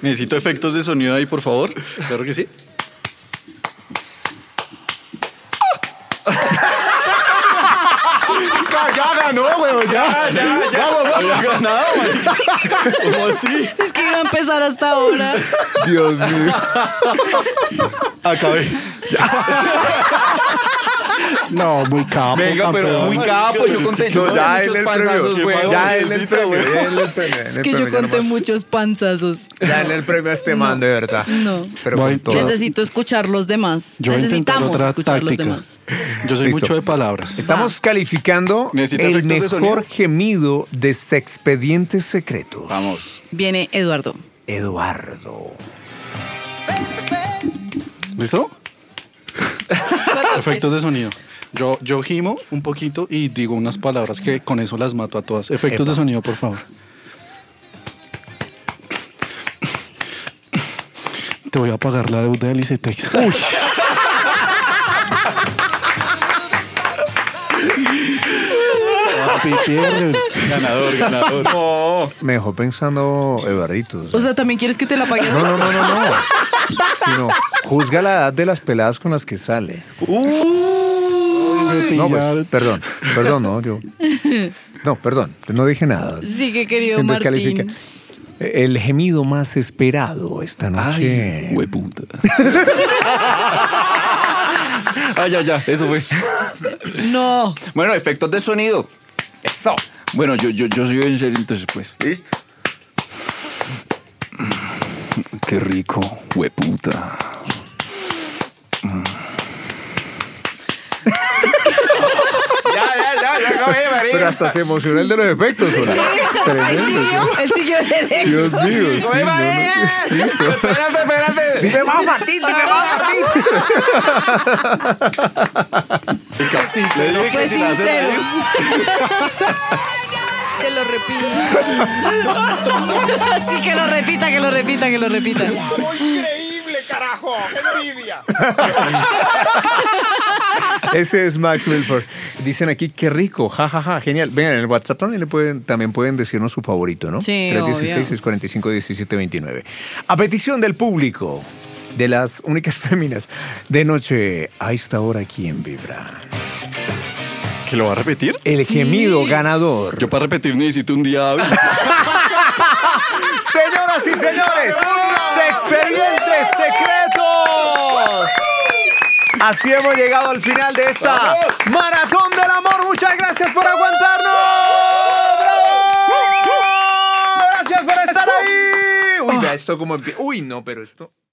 [SPEAKER 18] Necesito efectos de sonido ahí, por favor. Claro que sí.
[SPEAKER 16] Ya ganó, weón, ya, ya, ya. Vamos, vamos. ganado, ¿Cómo así?
[SPEAKER 9] Es que iba a empezar hasta ahora.
[SPEAKER 1] Dios mío.
[SPEAKER 18] Acabé.
[SPEAKER 4] No, muy capo.
[SPEAKER 5] Venga, pero
[SPEAKER 4] campeón.
[SPEAKER 5] muy capo, yo conté
[SPEAKER 1] No, ya él
[SPEAKER 5] muchos
[SPEAKER 1] el
[SPEAKER 5] panzazos,
[SPEAKER 1] premio.
[SPEAKER 5] weón.
[SPEAKER 1] Ya él el premio. ya él el premio, él
[SPEAKER 9] Es
[SPEAKER 1] el
[SPEAKER 9] que
[SPEAKER 1] premio,
[SPEAKER 9] yo
[SPEAKER 1] ya
[SPEAKER 9] conté
[SPEAKER 1] nomás.
[SPEAKER 9] muchos panzazos.
[SPEAKER 1] Ya él el premio a este man, de verdad.
[SPEAKER 9] No.
[SPEAKER 1] Pero con todo.
[SPEAKER 9] Necesito escuchar los demás.
[SPEAKER 4] Yo voy a intentar
[SPEAKER 9] Necesitamos
[SPEAKER 4] otra
[SPEAKER 9] escuchar los
[SPEAKER 4] táctica.
[SPEAKER 9] demás.
[SPEAKER 4] Yo soy
[SPEAKER 1] Listo.
[SPEAKER 4] mucho de palabras.
[SPEAKER 1] Estamos calificando
[SPEAKER 4] ¿Necesita
[SPEAKER 1] el
[SPEAKER 4] efectos de
[SPEAKER 1] mejor
[SPEAKER 4] sonido?
[SPEAKER 1] gemido de Sexpedientes Secretos.
[SPEAKER 18] Vamos.
[SPEAKER 9] Viene Eduardo.
[SPEAKER 1] Eduardo.
[SPEAKER 4] ¿Listo? Efectos de sonido. Yo, yo gimo un poquito y digo unas palabras que con eso las mato a todas. Efectos de
[SPEAKER 1] Epa.
[SPEAKER 4] sonido, por favor. Te voy a pagar la deuda del ICETEX.
[SPEAKER 1] papi, pierden.
[SPEAKER 18] Ganador, ganador.
[SPEAKER 1] Me dejó pensando Evarritos.
[SPEAKER 9] O sea, ¿también quieres que te la pague?
[SPEAKER 1] No, no, no, no, no. Sino, juzga la edad de las peladas con las que sale. No, pues, perdón, perdón, no, yo. No, perdón, no dije nada.
[SPEAKER 9] Sí, que querido
[SPEAKER 1] Siempre
[SPEAKER 9] Martín.
[SPEAKER 1] descalifica. El gemido más esperado esta noche.
[SPEAKER 18] Ay,
[SPEAKER 1] hueputa.
[SPEAKER 5] Ah, ya, ya, eso fue.
[SPEAKER 9] No.
[SPEAKER 5] Bueno, efectos de sonido. Eso. Bueno, yo, yo, yo soy en serio, entonces, pues. ¿Listo?
[SPEAKER 17] Qué rico, hueputa.
[SPEAKER 5] Ya, ya, ya, ya acabé, María.
[SPEAKER 1] Pero hasta se emocionó el de los efectos. Hola. Tremendo.
[SPEAKER 9] El siguió de
[SPEAKER 1] Dios mío. sí, yo no- sí, pero-
[SPEAKER 5] Espérate, espérate.
[SPEAKER 1] Dime más, Martín, dime más, Martín.
[SPEAKER 18] Le dije que
[SPEAKER 9] Fue
[SPEAKER 18] si la hacen
[SPEAKER 9] sincero.
[SPEAKER 18] reír.
[SPEAKER 9] Que lo repita. Sí, que lo repita, que lo repita, que lo repita.
[SPEAKER 16] increíble, carajo! ¡Qué envidia!
[SPEAKER 1] Ese es Max Wilford. Dicen aquí, qué rico, jajaja, genial. Vengan, en el WhatsApp también, le pueden, también pueden decirnos su favorito, ¿no?
[SPEAKER 9] Sí,
[SPEAKER 1] 316-645-1729. A petición del público, de las únicas féminas, de noche a esta hora aquí en Vibra.
[SPEAKER 18] ¿Que lo va a repetir?
[SPEAKER 1] El gemido ganador.
[SPEAKER 18] Yo para repetir necesito un día hábil.
[SPEAKER 1] Señoras y señores, expedientes secretos. Así hemos llegado al final de esta maratón del amor. Muchas gracias por aguantarnos. ¡Bravo! Gracias por estar ahí. Uy, vea esto como empieza. Uy, no, pero esto.